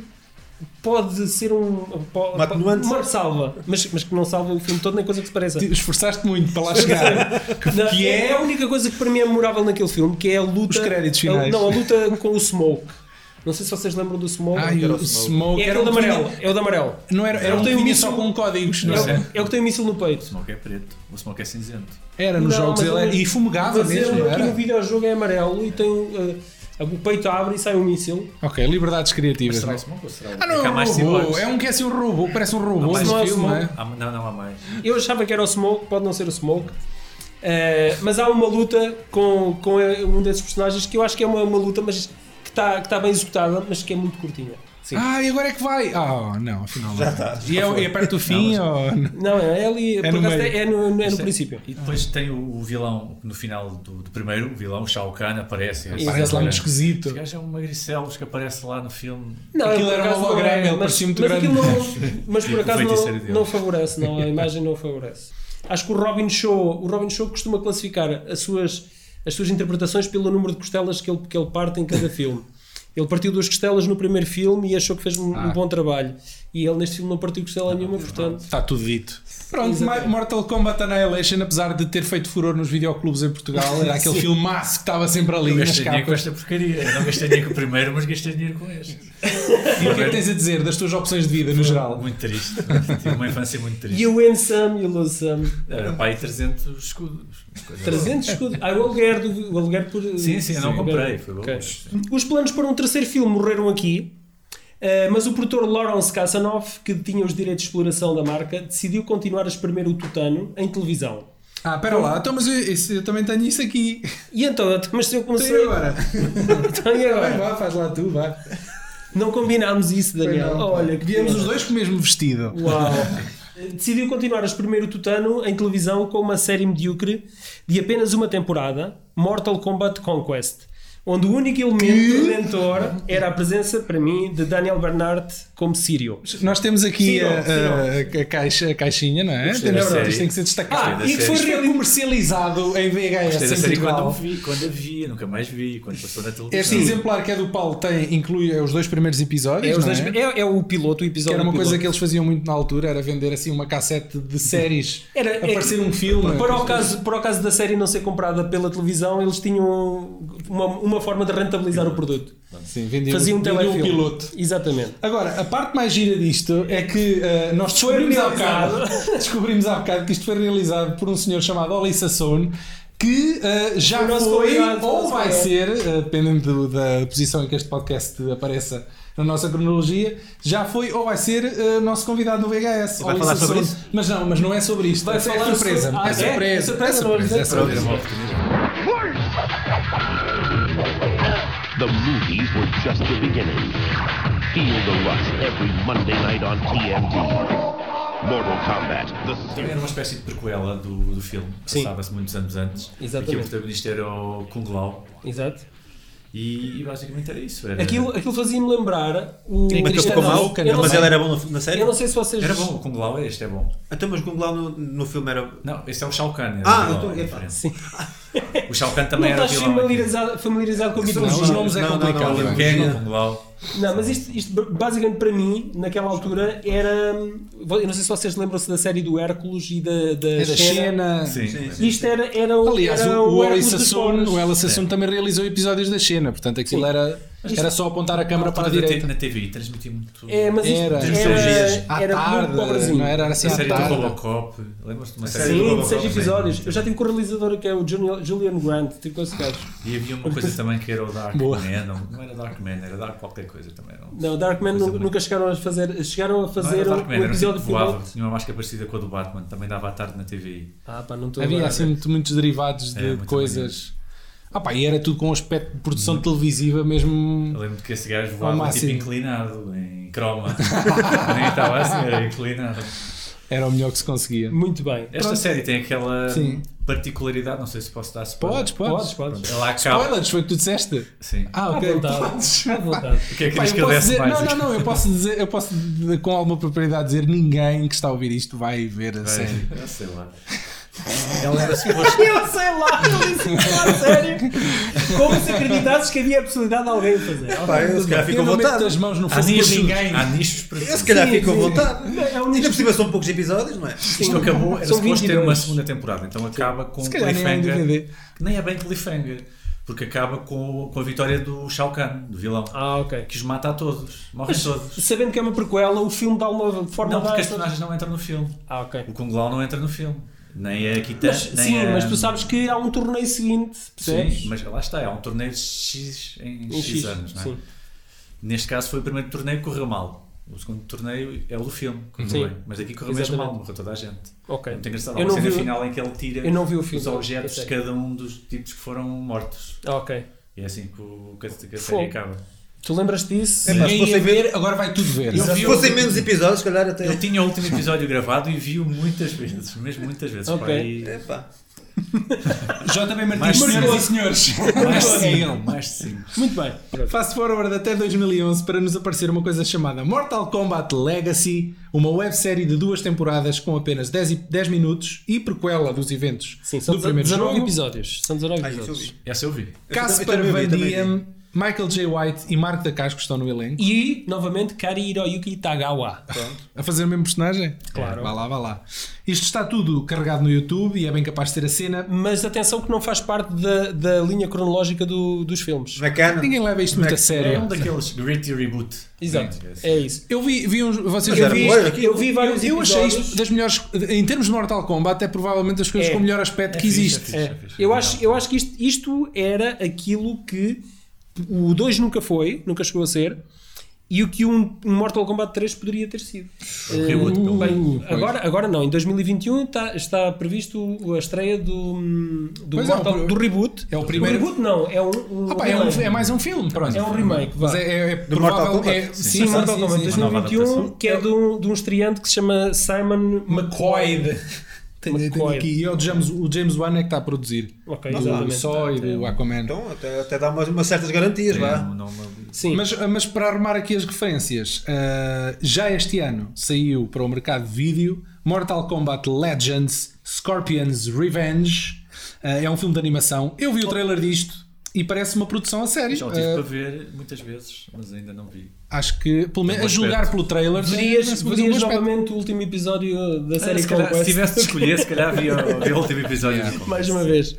Speaker 3: pode ser um po-
Speaker 4: Uma
Speaker 3: po-
Speaker 4: atenuante.
Speaker 3: uma salva, mas, mas que não salva o filme todo nem coisa que se pareça.
Speaker 1: é- Esforçaste muito para lá chegar.
Speaker 3: Não,
Speaker 1: Tipo, que
Speaker 3: é,
Speaker 1: é-
Speaker 3: a única coisa que para mim é memorável naquele filme, que é a
Speaker 1: Os
Speaker 3: luta,
Speaker 1: créditos
Speaker 3: a-
Speaker 1: finais.
Speaker 3: não a luta com o Smoke. Não sei se vocês lembram do Smoke.
Speaker 1: Ai, o
Speaker 3: é
Speaker 1: Smoke
Speaker 3: aquele
Speaker 1: era um
Speaker 3: de
Speaker 1: que
Speaker 3: amarelo,
Speaker 1: tinha-
Speaker 3: é o de amarelo.
Speaker 1: Não era, era um que
Speaker 3: Tem um
Speaker 1: vinha
Speaker 3: míssil-
Speaker 1: só com códigos, não
Speaker 3: É o-
Speaker 1: é?
Speaker 3: É o que tem o míssil no peito.
Speaker 5: O smoke é preto, o smoke é cinzento.
Speaker 1: Era nos
Speaker 3: Não,
Speaker 1: jogos ele
Speaker 3: mas eu-
Speaker 1: era- e fumegava
Speaker 3: mas eu
Speaker 1: mesmo,
Speaker 3: aqui no
Speaker 1: era?
Speaker 3: videojogo é amarelo e tem uh, o peito abre e sai um míssil.
Speaker 1: Ok, liberdades criativas.
Speaker 5: Será o
Speaker 1: Não?
Speaker 5: smoke ou será o.
Speaker 1: Ah, não,
Speaker 5: é que
Speaker 1: é
Speaker 5: há
Speaker 1: um
Speaker 5: mais
Speaker 1: robô.
Speaker 5: cyborgs.
Speaker 1: É um que é assim um robô, parece um robô
Speaker 5: mais
Speaker 1: no
Speaker 3: não é
Speaker 1: filme,
Speaker 3: smoke.
Speaker 1: é?
Speaker 5: Há- Não, não há mais.
Speaker 3: Eu achava que era o Smoke, pode não ser o Smoke. Eh, mas há uma luta com, com um desses personagens que eu acho que é uma, uma luta mas que está que tá bem executada, mas que é muito curtinha. Sim.
Speaker 1: Ah, e agora é que vai! Ah, não, afinal. Já
Speaker 5: tá.
Speaker 1: está. E é, é perto do fim ou. não?
Speaker 3: Não, é ali. por
Speaker 1: no
Speaker 3: acaso
Speaker 1: meio.
Speaker 3: é no, é no
Speaker 5: Isto é-
Speaker 3: princípio.
Speaker 5: E depois tem o, o vilão, no final do, do primeiro, o vilão, o Shao Kahn, aparece.
Speaker 1: Parece lá muito esquisito.
Speaker 5: Este gajo é um magricelos que aparece lá no filme.
Speaker 3: Não, é
Speaker 1: Aquilo
Speaker 3: por
Speaker 1: era um
Speaker 3: acaso não
Speaker 1: holograma, ele
Speaker 3: mas-
Speaker 1: parecia muito
Speaker 3: mas aquilo
Speaker 1: grande.
Speaker 3: não- mas por
Speaker 5: O
Speaker 3: acaso
Speaker 5: feiticeiro
Speaker 3: não,
Speaker 5: dele.
Speaker 3: não favorece, não, a imagem não favorece. Acho que o Robin Show, o Robin Show costuma classificar as suas, as suas interpretações pelo número de costelas que ele, que ele parte em cada filme. Ele partiu duas costelas no primeiro filme e achou que fez um, um bom trabalho. E ele neste filme não partiu costela nenhuma, portanto.
Speaker 1: Está tudo dito. Pronto,
Speaker 3: Exatamente.
Speaker 1: Ma- Mortal Kombat Annihilation, apesar de ter feito furor nos videoclubes em Portugal, era aquele filmaço que estava sempre ali
Speaker 5: Eu
Speaker 1: nas
Speaker 5: gastei dinheiro com
Speaker 1: capas.
Speaker 5: esta porcaria. Eu não gastei dinheiro com o primeiro, mas gastei dinheiro com este.
Speaker 1: E o que é que tens a dizer das tuas opções de vida no geral?
Speaker 5: Muito triste. Tive uma infância muito
Speaker 3: E
Speaker 5: triste.
Speaker 3: o Ensam e o Losam.
Speaker 5: Era pai 300 escudos. Uma coisa
Speaker 3: 300 escudos. Ah, o aluguer, do, o aluguer por.
Speaker 5: Sim, sim, eu não comprei, foi bom.
Speaker 3: Ok. Os planos para um terceiro filme morreram aqui, eh, mas o produtor Lawrence Kasanoff, que tinha os direitos de exploração da marca, decidiu continuar a espremer o tutano em televisão.
Speaker 1: Ah, pera lá, então, mas eu, esse- eu também tenho isso aqui.
Speaker 3: E então, eu- mas eu
Speaker 1: Então
Speaker 3: comecei.
Speaker 1: e agora?
Speaker 3: Então, e
Speaker 1: Vai,
Speaker 3: agora?
Speaker 1: vá, faz lá tu, vá.
Speaker 3: Não combinámos isso, Daniel.
Speaker 1: Não,
Speaker 3: Olha, que
Speaker 1: Viemos
Speaker 3: pena.
Speaker 1: os dois com o mesmo vestido.
Speaker 3: Uau! Decidiu continuar a espremer o tutano em televisão com uma série medíocre de apenas uma temporada, Mortal Kombat Conquest, onde o único elemento redentor era a presença, para mim, de Daniel Bernard como Sírio.
Speaker 1: Nós temos aqui
Speaker 3: Sim,
Speaker 1: a,
Speaker 3: não,
Speaker 1: a- a caixa, a caixinha, não é?
Speaker 5: Gostei
Speaker 1: Temos,
Speaker 5: da série.
Speaker 1: isto tem que ser destacado. Ah,
Speaker 5: Gostei da
Speaker 1: e que foi
Speaker 5: série.
Speaker 1: recomercializado em VHS
Speaker 5: Gostei da
Speaker 1: em
Speaker 5: série quando
Speaker 1: Portugal.
Speaker 5: a vi, quando a vi, nunca mais vi, quando passou na televisão.
Speaker 1: Este
Speaker 3: assim.
Speaker 1: exemplar que é do Paulo tem, inclui é os dois primeiros episódios,
Speaker 3: É, os
Speaker 1: não
Speaker 3: dois-
Speaker 1: é?
Speaker 3: é- é o piloto,
Speaker 1: Que
Speaker 3: o episódio
Speaker 1: era uma
Speaker 3: piloto.
Speaker 1: coisa que eles faziam muito na altura, era vender assim uma cassete de séries.
Speaker 3: Era- é-
Speaker 1: aparecer um filme.
Speaker 3: Para o, caso, para o caso da série não ser comprada pela televisão, eles tinham uma, uma forma de rentabilizar o produto.
Speaker 1: Sim, vendiam,
Speaker 3: Faziam um
Speaker 1: vendiam
Speaker 3: telefilme.
Speaker 1: o piloto.
Speaker 3: Exatamente.
Speaker 1: Agora, a parte mais gira disto é que eh, nós
Speaker 3: Foi
Speaker 1: descobrimos há,
Speaker 3: realizado.
Speaker 1: bocado, descobrimos há bocado que isto foi realizado por um senhor chamado Oli Sassone, que eh, já
Speaker 3: Foi nosso
Speaker 1: foi
Speaker 3: convidado,
Speaker 1: ou
Speaker 3: nosso
Speaker 1: vai
Speaker 3: convidado.
Speaker 1: ser, eh, dependendo do- da posição em que este podcast apareça na nossa cronologia, já foi ou vai ser eh, nosso convidado no VHS.
Speaker 4: Vai
Speaker 1: Ou
Speaker 4: falar
Speaker 1: isso
Speaker 4: sobre
Speaker 1: sobre-
Speaker 4: isso?
Speaker 1: Mas não, mas não é sobre isto.
Speaker 3: Vai
Speaker 1: Essa é
Speaker 3: falar
Speaker 1: surpresa.
Speaker 3: sobre- Ah,
Speaker 1: é
Speaker 3: é? É
Speaker 1: surpresa. É
Speaker 3: surpresa, não
Speaker 1: surpresa.
Speaker 3: avisei.
Speaker 1: É surpresa.
Speaker 10: The movies were just the beginning. Feel the rush every Monday night on TNT. Mortal Kombat, the
Speaker 5: Também era uma espécie de prequela do, do filme,
Speaker 3: Sim.
Speaker 5: passava-se muitos anos antes.
Speaker 3: Exatamente.
Speaker 5: E que o protagonista era o Kung Lao.
Speaker 3: Exato.
Speaker 5: E, e basicamente era isso.
Speaker 1: É.
Speaker 5: Era,
Speaker 3: Aquilo, aquilo fazia-me lembrar o
Speaker 4: Mas ele ficou
Speaker 3: Cristandão.
Speaker 4: mau,
Speaker 3: Eu não
Speaker 4: mas
Speaker 3: sei-
Speaker 4: ele era bom na- na série?
Speaker 3: Eu não sei se vocês.
Speaker 5: era bom, o Kung Lao, este é bom.
Speaker 4: Até mas Kung Lao no, no filme era.
Speaker 5: Não, este é o Shao Kahn. era
Speaker 4: Ah,
Speaker 5: o
Speaker 4: eu
Speaker 5: vilão,
Speaker 4: tô-
Speaker 5: é
Speaker 4: epá,
Speaker 5: diferente.
Speaker 3: então sim.
Speaker 5: O Shao Kahn
Speaker 3: Não
Speaker 5: também era
Speaker 3: estás
Speaker 5: vilão. aqui.
Speaker 3: familiarizado, familiarizado com a
Speaker 1: Não,
Speaker 3: mitologia.
Speaker 1: Os nomes é
Speaker 4: Não, não, não,
Speaker 1: complicado.
Speaker 4: não,
Speaker 1: não é?
Speaker 4: não.
Speaker 5: Quem é o Kung Lao?
Speaker 3: Não, mas isto, isto basicamente para mim, naquela altura, era. hum, Eu não sei se vocês lembram-se da série do Hércules e da, da,
Speaker 1: É da Xena.
Speaker 5: Sim.
Speaker 3: Isto era, era o.
Speaker 1: Aliás,
Speaker 3: era
Speaker 1: o, o Eli
Speaker 3: Hércules dos
Speaker 1: Sassoon,
Speaker 3: pobres.
Speaker 1: o Eli
Speaker 5: É.
Speaker 1: Sassoon também realizou episódios da cena, portanto aquilo era, era só apontar a câmara para a
Speaker 5: Na T-
Speaker 1: direita.
Speaker 5: Na TV transmitia muito.
Speaker 3: É, mas isto
Speaker 1: Era.
Speaker 3: era,
Speaker 5: Mitologias.
Speaker 3: era,
Speaker 1: À
Speaker 3: muito
Speaker 1: tarde,
Speaker 3: pobrezinho.
Speaker 1: não era assim
Speaker 5: a
Speaker 1: à
Speaker 5: série do
Speaker 1: tarde.
Speaker 5: Robocop. Lembras-te de uma série do
Speaker 3: tá. Sim, de
Speaker 5: Robocop? né?
Speaker 3: seis
Speaker 5: Sim.
Speaker 3: episódios. Eu já tive com o realizador que é o Juni- Julian Grant, tive com esse gajo.
Speaker 5: E havia uma coisa também que era o Dark
Speaker 1: Boa.
Speaker 5: Man, não, não era Dark Man, era Dark qualquer coisa também. Não,
Speaker 3: Não, Darkman
Speaker 5: Coisa
Speaker 3: nu-
Speaker 5: muito-
Speaker 3: nunca chegaram a fazer. Chegaram a
Speaker 5: é, não
Speaker 3: fazer
Speaker 5: era
Speaker 3: o
Speaker 5: Dark Man,
Speaker 3: um
Speaker 5: era um
Speaker 3: episódio
Speaker 5: tipo que voava,
Speaker 3: final.
Speaker 5: tinha uma máscara parecida com a do Batman, também dava à tarde na TV.
Speaker 3: Ah, pá, não estou
Speaker 1: Havia
Speaker 3: agora a
Speaker 1: assim
Speaker 3: ver.
Speaker 1: muito- muitos derivados
Speaker 5: É,
Speaker 1: de
Speaker 5: muito Uhum.
Speaker 1: coisas. Ah pá, e era tudo com um aspecto de produção televisiva mesmo.
Speaker 5: Eu lembro que esse gajo
Speaker 1: Ao
Speaker 5: voava tipo
Speaker 1: máximo.
Speaker 5: inclinado, em croma. Nem estava assim, era inclinado.
Speaker 1: Era o melhor que se conseguia.
Speaker 3: Muito bem.
Speaker 5: Esta série tem aquela
Speaker 1: Sim.
Speaker 5: particularidade, não sei se posso dar spoiler.
Speaker 1: Podes,
Speaker 3: Podes,
Speaker 1: podes.
Speaker 3: podes.
Speaker 5: Ela acaba.
Speaker 1: Spoilers, foi o que tu disseste?
Speaker 5: Sim.
Speaker 1: Ah,
Speaker 3: tá. À
Speaker 1: ok.
Speaker 3: vontade.
Speaker 1: Podes.
Speaker 3: À vontade.
Speaker 5: o que é que
Speaker 1: Pá,
Speaker 5: queres
Speaker 1: eu
Speaker 5: que eu
Speaker 1: posso
Speaker 5: desse
Speaker 1: dizer,
Speaker 5: mais?
Speaker 1: não, não, não, eu posso dizer, eu posso de- com alguma propriedade dizer ninguém que está a ouvir isto vai ver a série.
Speaker 5: Sei, sei lá. Ela era suposto.
Speaker 3: Eu sei lá, eu disse a sério. Como se acreditasses que havia a possibilidade de alguém fazer.
Speaker 4: Pá, eu se calhar fico à
Speaker 1: Eu não meto
Speaker 4: vontade.
Speaker 1: as mãos no
Speaker 5: Há
Speaker 1: fogo por
Speaker 5: nichos,
Speaker 1: ninguém.
Speaker 5: há nichos para
Speaker 4: Eu se calhar
Speaker 3: Sim,
Speaker 4: fico à
Speaker 3: sim.
Speaker 4: vontade.
Speaker 3: É um
Speaker 4: Ainda
Speaker 3: nicho.
Speaker 4: por cima são poucos episódios, não é?
Speaker 5: Isto acabou, era
Speaker 3: São
Speaker 5: suposto ter
Speaker 3: 22.
Speaker 5: uma segunda temporada, então acaba com
Speaker 1: Se
Speaker 5: um
Speaker 1: calhar nem é um
Speaker 5: cliffhanger.
Speaker 1: DVD.
Speaker 5: que nem é bem cliffhanger, porque acaba com, com a vitória do Shao Kahn, do vilão,
Speaker 3: Ah, ok.
Speaker 5: que os mata a todos, morrem todos.
Speaker 3: Sabendo que é uma prequela, o filme dá uma forma
Speaker 5: Não, porque
Speaker 3: de-
Speaker 5: as personagens não entram no filme.
Speaker 3: Ah, ok.
Speaker 5: O Kung Lao não entra no filme. Nem a Kita,
Speaker 3: Mas,
Speaker 5: nem
Speaker 3: sim,
Speaker 5: a...
Speaker 3: mas tu sabes que há um torneio seguinte, percebes?
Speaker 5: hum, Sim, mas lá está, é um torneio de X em,
Speaker 3: Em
Speaker 5: X, anos, não é?
Speaker 3: Sim.
Speaker 5: Neste caso foi o primeiro torneio que correu mal. O segundo torneio é o do filme, que correu
Speaker 3: Sim.
Speaker 5: bem. Mas aqui correu mesmo
Speaker 3: Exatamente.
Speaker 5: mal, morreu toda a gente.
Speaker 3: Ok.
Speaker 5: É muito engraçado. Há
Speaker 3: Eu
Speaker 5: uma
Speaker 3: não vi
Speaker 5: cena
Speaker 3: o-
Speaker 5: final em que ele tira
Speaker 3: eu não vi o filme,
Speaker 5: os objetos
Speaker 3: eu
Speaker 5: de
Speaker 3: sei.
Speaker 5: cada um dos tipos que foram mortos.
Speaker 3: Ah, ok.
Speaker 5: E é assim que, o, que a, que a
Speaker 3: Fogo.
Speaker 5: série acaba.
Speaker 3: Tu lembras disso?
Speaker 1: Ninguém
Speaker 4: Mas se fossem
Speaker 1: ia ver, agora vai tudo ver.
Speaker 5: Eu
Speaker 4: Se
Speaker 5: vi um-
Speaker 4: fossem menos episódios, se calhar até.
Speaker 5: Eu tinha o último episódio gravado e vi-o muitas vezes, mesmo muitas vezes.
Speaker 3: Ok.
Speaker 5: pá, e-
Speaker 4: Epá.
Speaker 1: JB
Speaker 5: Mais
Speaker 1: Martins, senhoras e
Speaker 5: cinco.
Speaker 1: senhores.
Speaker 5: Mais de cinco, mais de cinco.
Speaker 3: Muito bem.
Speaker 1: Fast forward até 2011 para nos aparecer uma coisa chamada Mortal Kombat Legacy, uma websérie de duas temporadas com apenas 10, e- 10 minutos e prequela dos eventos
Speaker 3: Sim, são
Speaker 1: do primeiro
Speaker 3: 19
Speaker 1: jogo.
Speaker 3: episódios. São 19
Speaker 4: Ah, isso eu
Speaker 3: episódios.
Speaker 4: vi.
Speaker 5: Essa eu vi.
Speaker 1: Casper
Speaker 4: também vi,
Speaker 1: Van
Speaker 4: também vi.
Speaker 1: Diem, Michael J. White e Mark Dacascos estão no elenco.
Speaker 3: E, novamente, Kari Hiroyuki Tagawa.
Speaker 1: A fazer o mesmo personagem? É,
Speaker 3: Claro.
Speaker 1: Vá lá, vá lá. Isto está tudo carregado no YouTube e é bem capaz de ter a cena.
Speaker 3: Mas atenção que não faz parte da, da linha cronológica do- dos filmes.
Speaker 4: Bacana.
Speaker 1: Ninguém leva isto muito a sério.
Speaker 5: É um daqueles gritty reboot.
Speaker 3: Exato.
Speaker 5: Sim, esse.
Speaker 3: É isso.
Speaker 1: Eu vi, vi uns. Vocês
Speaker 4: Mas
Speaker 1: já
Speaker 4: era
Speaker 1: vi
Speaker 4: bom,
Speaker 1: isto?
Speaker 4: era
Speaker 3: Eu vi vários
Speaker 1: Eu achei isto
Speaker 3: episódios.
Speaker 1: das melhores. Em termos de Mortal Kombat, é provavelmente das coisas
Speaker 3: É.
Speaker 1: com o melhor aspecto que
Speaker 5: fixe,
Speaker 1: existe.
Speaker 5: fixe,
Speaker 3: É.
Speaker 5: fixe.
Speaker 3: Eu, acho, eu acho que isto, isto era aquilo que o 2 nunca foi, nunca chegou a ser, e o que um, um Mortal Kombat 3 poderia ter sido.
Speaker 5: Um reboot, pelo
Speaker 1: Bem,
Speaker 5: menos.
Speaker 1: pois.
Speaker 3: Agora, agora não, em 2021 está, um tá, está previsto a estreia do, hum, do,
Speaker 1: Pois é,
Speaker 3: Mortal,
Speaker 1: o pr-
Speaker 3: do reboot.
Speaker 1: é o primeiro-
Speaker 3: O reboot não, é um, um
Speaker 1: Ah, pá, é, um-
Speaker 3: remake.
Speaker 1: é mais um filme, pronto.
Speaker 3: É um remake, vá.
Speaker 1: Mas é, é, é
Speaker 4: Do Mortal
Speaker 1: provável-
Speaker 4: Kombat?
Speaker 1: é-
Speaker 4: Sim,
Speaker 1: sim,
Speaker 3: Sim, Mortal
Speaker 1: sim,
Speaker 3: Kombat
Speaker 1: sim, sim.
Speaker 3: 2021,
Speaker 5: adaptação.
Speaker 3: que é de um, de um estreante que se chama Simon McCoy.
Speaker 1: McCoy. Tenho- tenho
Speaker 3: McCoy.
Speaker 1: aqui. E é o James, o James Wan é que está a produzir.
Speaker 3: Ok,
Speaker 1: Do
Speaker 3: exatamente. É.
Speaker 1: Saw e do Aquaman.
Speaker 4: Então, até, até dá umas, umas certas garantias,
Speaker 5: É
Speaker 4: vá.
Speaker 5: um nome-
Speaker 3: Sim,
Speaker 1: Mas, ah, mas para arrumar aqui as referências, ah, já este ano saiu para o mercado de vídeo Mortal Kombat Legends Scorpion's Revenge. Ah, é um filme de animação. Eu vi o trailer disto e parece uma produção a sério.
Speaker 5: Já o tive
Speaker 1: Ah,
Speaker 5: para ver muitas vezes, mas ainda não vi.
Speaker 1: acho que, pelo menos
Speaker 5: bom
Speaker 1: a julgar
Speaker 5: aspecto.
Speaker 1: pelo trailer,
Speaker 3: verias,
Speaker 1: parece um
Speaker 3: verias
Speaker 1: bom aspecto.
Speaker 3: novamente o último episódio da série
Speaker 5: É, se, calhar, se
Speaker 3: Conquest.
Speaker 5: tivesse de escolher, se calhar vi o, vi o último episódio. da
Speaker 3: Mais
Speaker 5: Conquest.
Speaker 3: uma vez.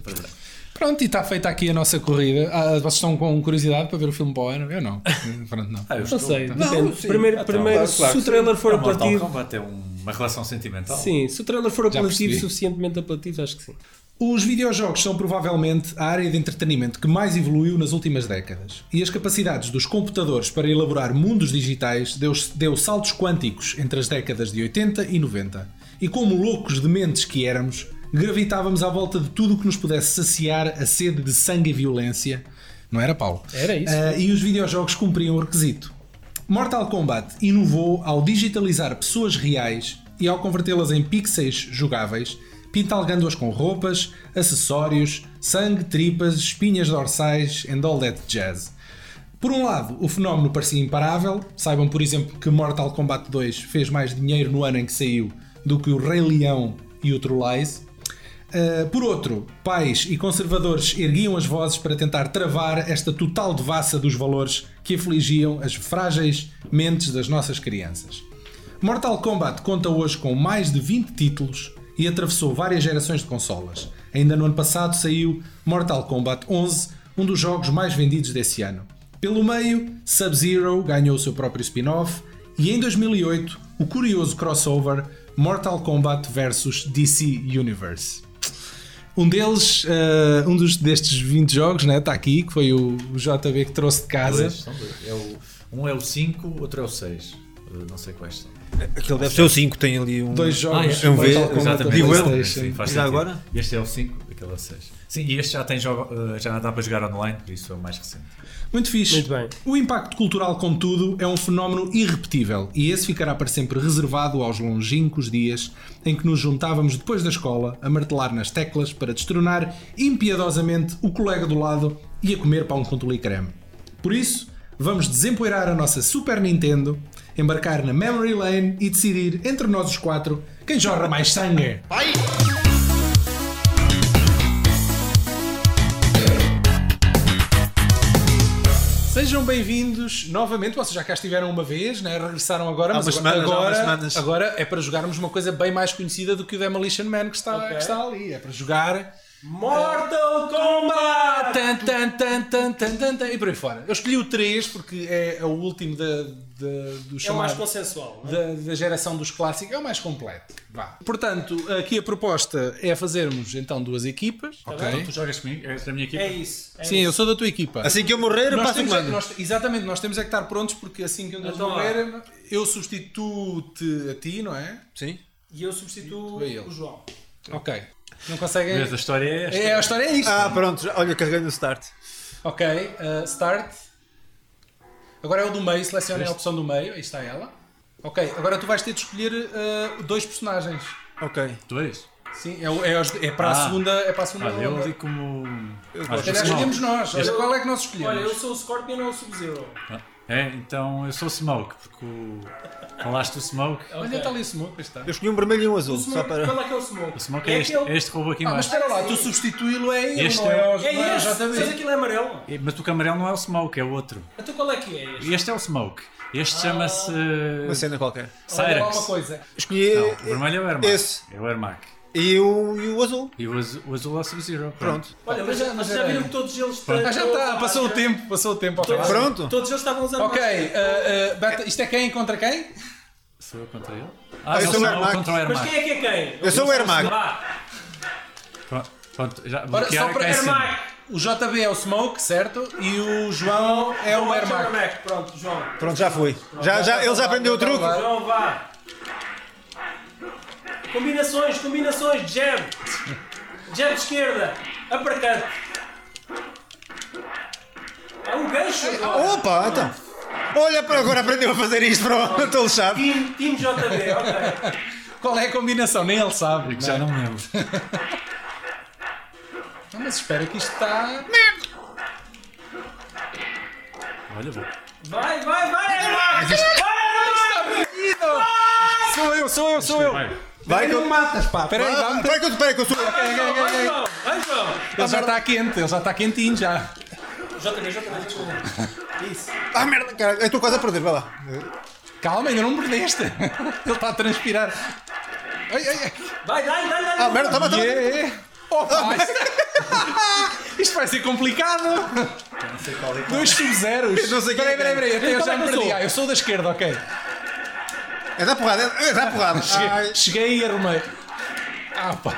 Speaker 1: Pronto, e está feita aqui a nossa corrida. Ah, vocês estão com curiosidade para ver o filme para o ano? Eu não. Pronto, não.
Speaker 5: Ah,
Speaker 3: Não
Speaker 5: eu
Speaker 3: Ah,
Speaker 5: estou.
Speaker 3: sei,
Speaker 5: Tá.
Speaker 3: depende.
Speaker 4: sim.
Speaker 3: primeiro,
Speaker 4: Então,
Speaker 3: primeiro
Speaker 4: claro, claro
Speaker 3: se o
Speaker 4: que
Speaker 3: trailer for
Speaker 5: É Mortal
Speaker 3: apelativo.
Speaker 5: Kombat é um- uma relação sentimental.
Speaker 3: Sim, se o trailer for apelativo
Speaker 1: percebi.
Speaker 3: suficientemente apelativo, acho que sim.
Speaker 1: Os videojogos são provavelmente a área de entretenimento que mais evoluiu nas últimas décadas, e as capacidades dos computadores para elaborar mundos digitais deu, deu saltos quânticos entre as décadas de 80 e 90. E como loucos de mentes que éramos, gravitávamos à volta de tudo o que nos pudesse saciar a sede de sangue e violência. Não era, Paulo?
Speaker 3: Era isso.
Speaker 1: Ah, e os videojogos cumpriam o requisito. Mortal Kombat inovou ao digitalizar pessoas reais e ao convertê-las em pixels jogáveis, pintalgando-as com roupas, acessórios, sangue, tripas, espinhas dorsais and all that jazz. Por um lado, o fenómeno parecia imparável. Saibam, por exemplo, que Mortal Kombat 2 fez mais dinheiro no ano em que saiu do que o Rei Leão e o True Lies. Uh, por outro, pais e conservadores erguiam as vozes para tentar travar esta total devassa dos valores que afligiam as frágeis mentes das nossas crianças. Mortal Kombat conta hoje com mais de 20 títulos e atravessou várias gerações de consolas. Ainda no ano passado saiu Mortal Kombat 11, um dos jogos mais vendidos desse ano. Pelo meio, Sub-Zero ganhou o seu próprio spin-off e em 2008 o curioso crossover Mortal Kombat vs DC Universe. Um deles, eh, um dos, destes 20 jogos, né, está aqui, que foi o o JB que trouxe de casa.
Speaker 5: Dois, são dois. É o, um é o 5, outro é o 6. Não sei quais são.
Speaker 4: Aquele deve ser o 5, tem ali um.
Speaker 1: Dois jogos.
Speaker 4: é um
Speaker 1: Mortal
Speaker 4: V,
Speaker 1: Kombat
Speaker 4: exatamente.
Speaker 1: da
Speaker 4: Digo eu.
Speaker 1: PlayStation.
Speaker 5: Sim, faz
Speaker 4: Já
Speaker 5: sentido.
Speaker 4: agora?
Speaker 5: Este é o 5, aquele é o 6. Sim, e este já, tem jogo, eh, já dá para jogar online, por isso é o mais recente.
Speaker 1: Muito fixe.
Speaker 8: Muito bem.
Speaker 1: O impacto cultural, contudo, é um fenómeno irrepetível e esse ficará para sempre reservado aos longínquos dias em que nos juntávamos depois da escola a martelar nas teclas para destronar impiedosamente o colega do lado e a comer pão com tule e creme. Por isso, vamos desempoeirar a nossa Super Nintendo, embarcar na Memory Lane e decidir entre nós os quatro quem jorra mais sangue. Sejam bem-vindos novamente. Vocês já cá estiveram uma vez, né? regressaram agora,
Speaker 4: Há
Speaker 1: mas
Speaker 4: umas
Speaker 1: agora,
Speaker 4: semanas, há umas
Speaker 1: agora-
Speaker 4: semanas.
Speaker 1: agora é para jogarmos uma coisa bem mais conhecida do que o Demolition Man que está, que está ali. É para jogar. eh,
Speaker 3: Mortal Kombat!
Speaker 1: Tan, tan, tan, tan, tan, tan, tan, e por aí fora. Eu escolhi o 3 porque é, é o último da, da, do
Speaker 3: É o mais
Speaker 1: chamado.
Speaker 3: consensual. não é?
Speaker 1: da, da geração dos clássicos, é o mais completo. Vá. Portanto, aqui a proposta é fazermos então duas equipas.
Speaker 5: Então tu jogas comigo? És da minha equipa?
Speaker 3: É isso. é
Speaker 1: Sim,
Speaker 3: isso.
Speaker 1: eu sou da tua equipa.
Speaker 4: Assim que eu morrer, eu
Speaker 1: Nós
Speaker 4: passo um
Speaker 1: temos é que-
Speaker 4: ano.
Speaker 1: nós- exatamente, nós temos é que estar prontos porque assim que um deles
Speaker 3: Então,
Speaker 1: morrer, eu substituo-te a ti, não é?
Speaker 4: Sim.
Speaker 3: E eu substituo
Speaker 1: Tu é ele.
Speaker 3: o João.
Speaker 1: Ok. Não conseguem.
Speaker 5: Mas a história é esta.
Speaker 1: É, a história é isto.
Speaker 4: Ah, pronto. já- Olha, carreguei no start.
Speaker 1: Ok, uh, start. Agora é o do meio, seleciona a opção do meio, aí está ela. Ok, agora tu vais ter de escolher uh, dois personagens.
Speaker 4: Ok.
Speaker 5: Dois?
Speaker 1: Sim, é, o- é os- é para a
Speaker 5: Ah.
Speaker 1: segunda. É para a segunda
Speaker 5: Olha, eu
Speaker 1: ronda.
Speaker 5: digo como.
Speaker 1: Ah, Se calhar escolhemos nós. Olha, qual é que nós escolhemos?
Speaker 3: Olha, eu sou o Scorpion ou o Sub-Zero?
Speaker 5: É, então eu sou o Smoke, porque o. Falaste do Smoke.
Speaker 1: Olha, está ali É o Smoke, aí está.
Speaker 4: Eu escolhi um vermelho e um azul. Só
Speaker 3: Smoke,
Speaker 4: para.
Speaker 3: Qual é que é o Smoke?
Speaker 5: O Smoke é, este,
Speaker 3: aquele-
Speaker 5: é este robô aqui
Speaker 1: Ah, mas
Speaker 5: embaixo.
Speaker 1: espera lá, tu substituí-lo é ele,
Speaker 5: Este
Speaker 1: não
Speaker 5: é
Speaker 1: é,
Speaker 5: o-
Speaker 1: o não
Speaker 3: É
Speaker 1: é o
Speaker 3: este,
Speaker 1: JB.
Speaker 3: mas aquilo é amarelo.
Speaker 5: E- Mas o camarão não é o Smoke, é o outro.
Speaker 3: Então qual é que é este?
Speaker 5: Este é o Smoke. Este chama-se.
Speaker 4: Uma cena qualquer.
Speaker 1: Ah, Olha lá uma
Speaker 5: Cyrex.
Speaker 1: coisa.
Speaker 4: Escolhi.
Speaker 5: Não, o vermelho é o Ermac.
Speaker 4: Esse.
Speaker 5: É o Ermac.
Speaker 4: E o, e o azul.
Speaker 5: E o azu- o azul é o Sub-Zero.
Speaker 4: Pronto.
Speaker 3: Olha, mas
Speaker 1: Mas
Speaker 3: já,
Speaker 1: já- mas
Speaker 3: já
Speaker 1: era-
Speaker 3: viram que todos eles...
Speaker 1: Ah, já está, passou o tempo, passou o tempo. ok.
Speaker 4: Pronto.
Speaker 3: Todos eles estavam a usar
Speaker 1: Ok,
Speaker 3: máscara.
Speaker 1: ah, ah, bata- isto é quem contra quem?
Speaker 5: Sou eu contra ele? Ah,
Speaker 4: eu
Speaker 5: não,
Speaker 4: sou o
Speaker 5: sou
Speaker 4: Ermac.
Speaker 5: contra o
Speaker 3: Mas
Speaker 5: Ermac.
Speaker 3: quem é que é quem?
Speaker 4: Eu sou um o Ermac.
Speaker 3: Vá,
Speaker 5: Pronto, Pronto, já
Speaker 1: Ora,
Speaker 5: bloquear
Speaker 1: só para
Speaker 5: é assim.
Speaker 1: Ermac. O JB é o Smoke, certo? E o João é o Ermac.
Speaker 3: Ermac. Pronto, João.
Speaker 4: Pronto, já foi. Já, já, ele já aprendeu o truque.
Speaker 3: João, vá. Combinações, combinações. Jab. Jab de esquerda. Uppercut. Há um gancho.
Speaker 4: Opa, então. Olha, para agora aprendeu a fazer isto. Pronto, estou lixado.
Speaker 3: Team, team JB, ok.
Speaker 1: Qual é a combinação? Nem ele sabe. é?
Speaker 5: Já não me lembro.
Speaker 1: Não, mas espera que isto está.
Speaker 5: Olha, vou.
Speaker 3: Vai, vai, vai, Ermac. Vai, Ermac.
Speaker 1: Sou eu, sou eu, sou eu.
Speaker 5: Vai.
Speaker 4: Vai que eu.
Speaker 1: matas, pá. Espera aí,
Speaker 4: Ah,
Speaker 1: dá-me.
Speaker 4: Espera que eu, espera que eu sou.
Speaker 1: Ok, ok, ok,
Speaker 3: Vai,
Speaker 1: ok.
Speaker 3: João. Vai, João.
Speaker 1: Ele já está quente, ele já está quentinho já.
Speaker 3: JB, JB, desculpa. Isso.
Speaker 4: Ah, merda, caralho. Eu estou quase a perder, vai lá.
Speaker 1: Calma, ainda não perdeste. Ele está a transpirar. Ai, ai, ai.
Speaker 3: Vai, dai, dai, dai.
Speaker 4: Ah, merda, estava
Speaker 1: Yeah,
Speaker 4: a
Speaker 1: yeah. Opa, isto- isto vai ser complicado.
Speaker 5: é
Speaker 1: Dois sub-zeros.
Speaker 4: Não sei quem
Speaker 1: Peraí,
Speaker 4: é
Speaker 1: peraí,
Speaker 4: quem.
Speaker 1: peraí. Até eu
Speaker 3: Então
Speaker 1: já
Speaker 3: como
Speaker 1: me
Speaker 3: é que eu
Speaker 1: perdi.
Speaker 3: sou?
Speaker 1: Ah, eu sou da esquerda, ok.
Speaker 4: É da porrada, é é da porrada.
Speaker 1: Cheguei-
Speaker 4: Ai,
Speaker 1: Cheguei e arrumei. Ah, pá.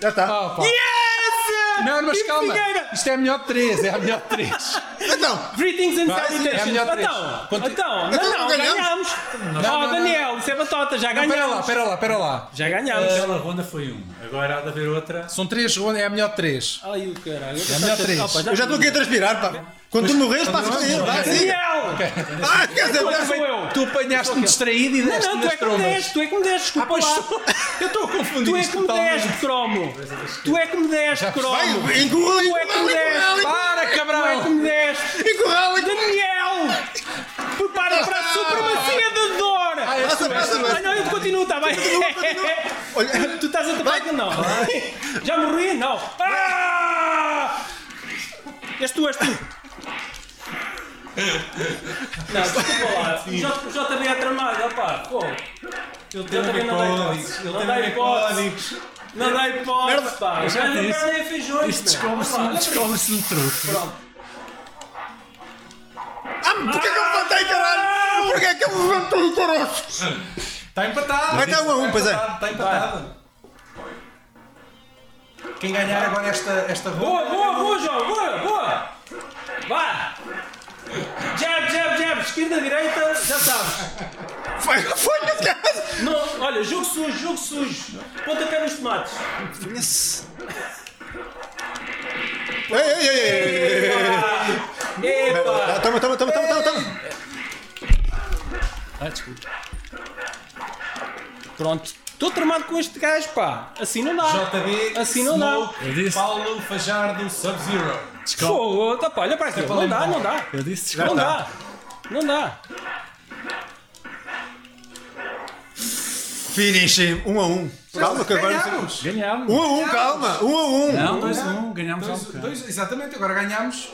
Speaker 4: Já está.
Speaker 1: Opa. Não, mas calma. Isto é a melhor de 3, é a melhor de 3.
Speaker 4: Então,
Speaker 3: Greetings and
Speaker 1: Vai, é
Speaker 3: salutations.
Speaker 1: melhor três.
Speaker 3: então,
Speaker 1: Conti-
Speaker 3: então,
Speaker 4: Então
Speaker 3: não, não,
Speaker 4: não ganhamos?
Speaker 3: ganhámos.
Speaker 1: não,
Speaker 3: oh,
Speaker 1: não.
Speaker 3: Daniel, isso é batota, já ganhámos.
Speaker 1: Espera lá, espera lá, espera lá. É.
Speaker 3: Já ganhámos.
Speaker 5: Aquela ronda foi um, agora há de haver outra.
Speaker 1: São 3 rondas, é a melhor de 3.
Speaker 3: Ai, o caralho.
Speaker 1: É a melhor de 3.
Speaker 4: eu já estou aqui a transpirar, pá. Quando tu morres, passas a ir. Vai, sim.
Speaker 3: Daniel!
Speaker 4: Ah, quer dizer,
Speaker 3: Agora sou
Speaker 4: vai-
Speaker 3: eu.
Speaker 1: Tu apanhaste-me distraído e
Speaker 3: Não,
Speaker 1: deste-me
Speaker 3: não, tu
Speaker 1: nas
Speaker 3: é que me
Speaker 1: trombas.
Speaker 3: deste, tu é que me deste, desculpa lá.
Speaker 1: Eu estou a confundir
Speaker 3: Tu é
Speaker 1: isto
Speaker 3: que me
Speaker 1: totalmente.
Speaker 3: deste, cromo. Tu é que me deste, cromo.
Speaker 4: Vai, encurrala,
Speaker 3: Tu é que me deste.
Speaker 4: encurrala,
Speaker 1: Para,
Speaker 3: Tu é que
Speaker 1: cabrão!
Speaker 3: me deste.
Speaker 4: encurrala, encurrala.
Speaker 3: Daniel! Prepara para a supremacia da dor!
Speaker 4: Passa, passa,
Speaker 3: Ah,
Speaker 4: passa.
Speaker 3: não, eu continuo, tá bem?
Speaker 4: Olha.
Speaker 3: Tu estás a tapar que não. é? Já morri? Não. Ah! És tu, és tu. Não, desculpa lá. O JB é tramado, opá. Pô. Ele JB não dá hipóteses. Não dá hipóteses. Não dá hipóteses, pá. Já não perdem feijões,
Speaker 5: Isto descobre-se no truque.
Speaker 4: Ah, porquê que eu me levantei, caralho? Porquê que eu me levantei o coroço?
Speaker 1: Está Tá empatado!
Speaker 4: Vai dar um a um, pois é.
Speaker 1: Está empatado! Quem ganhar agora esta, esta
Speaker 3: Boa,
Speaker 1: ronda.
Speaker 3: boa, boa, João, boa, boa! Vá! Jab, jab, jab, esquerda, direita, já sabes.
Speaker 4: Foi, foi na casa.
Speaker 3: Não, olha, jogo sujo, jogo sujo. Pontapé nos tomates.
Speaker 4: Ei, ei, ei, ei.
Speaker 3: Epa!
Speaker 4: Ah, Toma, toma, toma, toma, toma, toma.
Speaker 3: Pronto. Estou tramado com este gajo, pá. Assim não dá.
Speaker 1: JB,
Speaker 3: Assim não dá.
Speaker 1: Smoke,
Speaker 5: Eu disse.
Speaker 1: Paulo Fajardo Sub-Zero.
Speaker 3: Fogo, tá, pá, olha para aqui. Não dá, não dá.
Speaker 5: Eu disse
Speaker 3: Não
Speaker 4: tá.
Speaker 3: dá. Não dá.
Speaker 4: Finish him, um a um. Calma, que agora.
Speaker 1: Ganhámos!
Speaker 5: Ganhámos.
Speaker 4: Um a um, calma. Um a um.
Speaker 5: Não, 2-1, ganhámos há um
Speaker 1: Dois-
Speaker 5: bocado.
Speaker 1: dois- exatamente, agora ganhámos.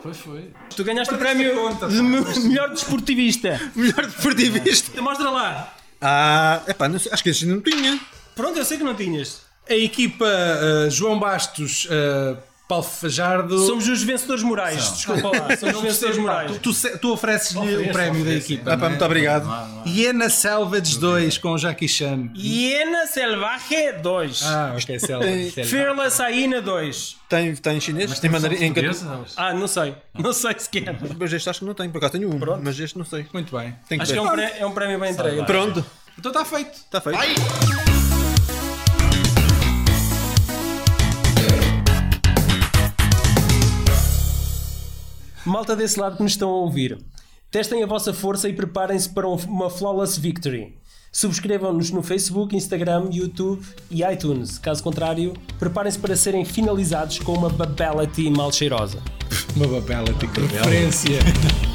Speaker 5: Pois foi.
Speaker 3: Tu ganhaste o
Speaker 1: Perdeste a
Speaker 3: prémio
Speaker 1: conta,
Speaker 3: de
Speaker 1: pá.
Speaker 3: me- melhor desportivista.
Speaker 4: Melhor deportivista.
Speaker 3: Mostra lá.
Speaker 4: Ah, epá, não sei, acho que este não tinha.
Speaker 3: Pronto, eu sei que não tinhas.
Speaker 1: A equipa eh, João Bastos, eh, Paulo Fajardo.
Speaker 3: Somos os vencedores morais. Desculpa lá. Somos os vencedores morais.
Speaker 1: Tu, tu se- tu ofereces-lhe o prémio da equipa.
Speaker 4: Ah, pá, muito obrigado.
Speaker 1: é. Iena Salvage 2 com o Jackie Chan.
Speaker 3: Hiena Selvagem 2.
Speaker 1: Ah, ok, Salvage.
Speaker 3: Fearless Hyena 2.
Speaker 4: Tem, tem chinês? tem mandarim em canto.
Speaker 3: Ah, não sei. Não sei sequer.
Speaker 4: Mas este acho que não tem, por acaso tenho um, mas este não sei.
Speaker 1: Muito bem.
Speaker 4: Tem que
Speaker 3: Acho que
Speaker 4: ver.
Speaker 3: é um, pré- é um prémio bem entregue. tá
Speaker 4: Pronto,
Speaker 1: Então está feito.
Speaker 4: está feito.
Speaker 3: Malta desse lado que nos estão a ouvir, testem a vossa força e preparem-se para um- uma flawless victory. Subscrevam-nos no Facebook, Instagram, YouTube e iTunes. Caso contrário, preparem-se para serem finalizados com uma babality mal cheirosa.
Speaker 1: Uma babela de referência.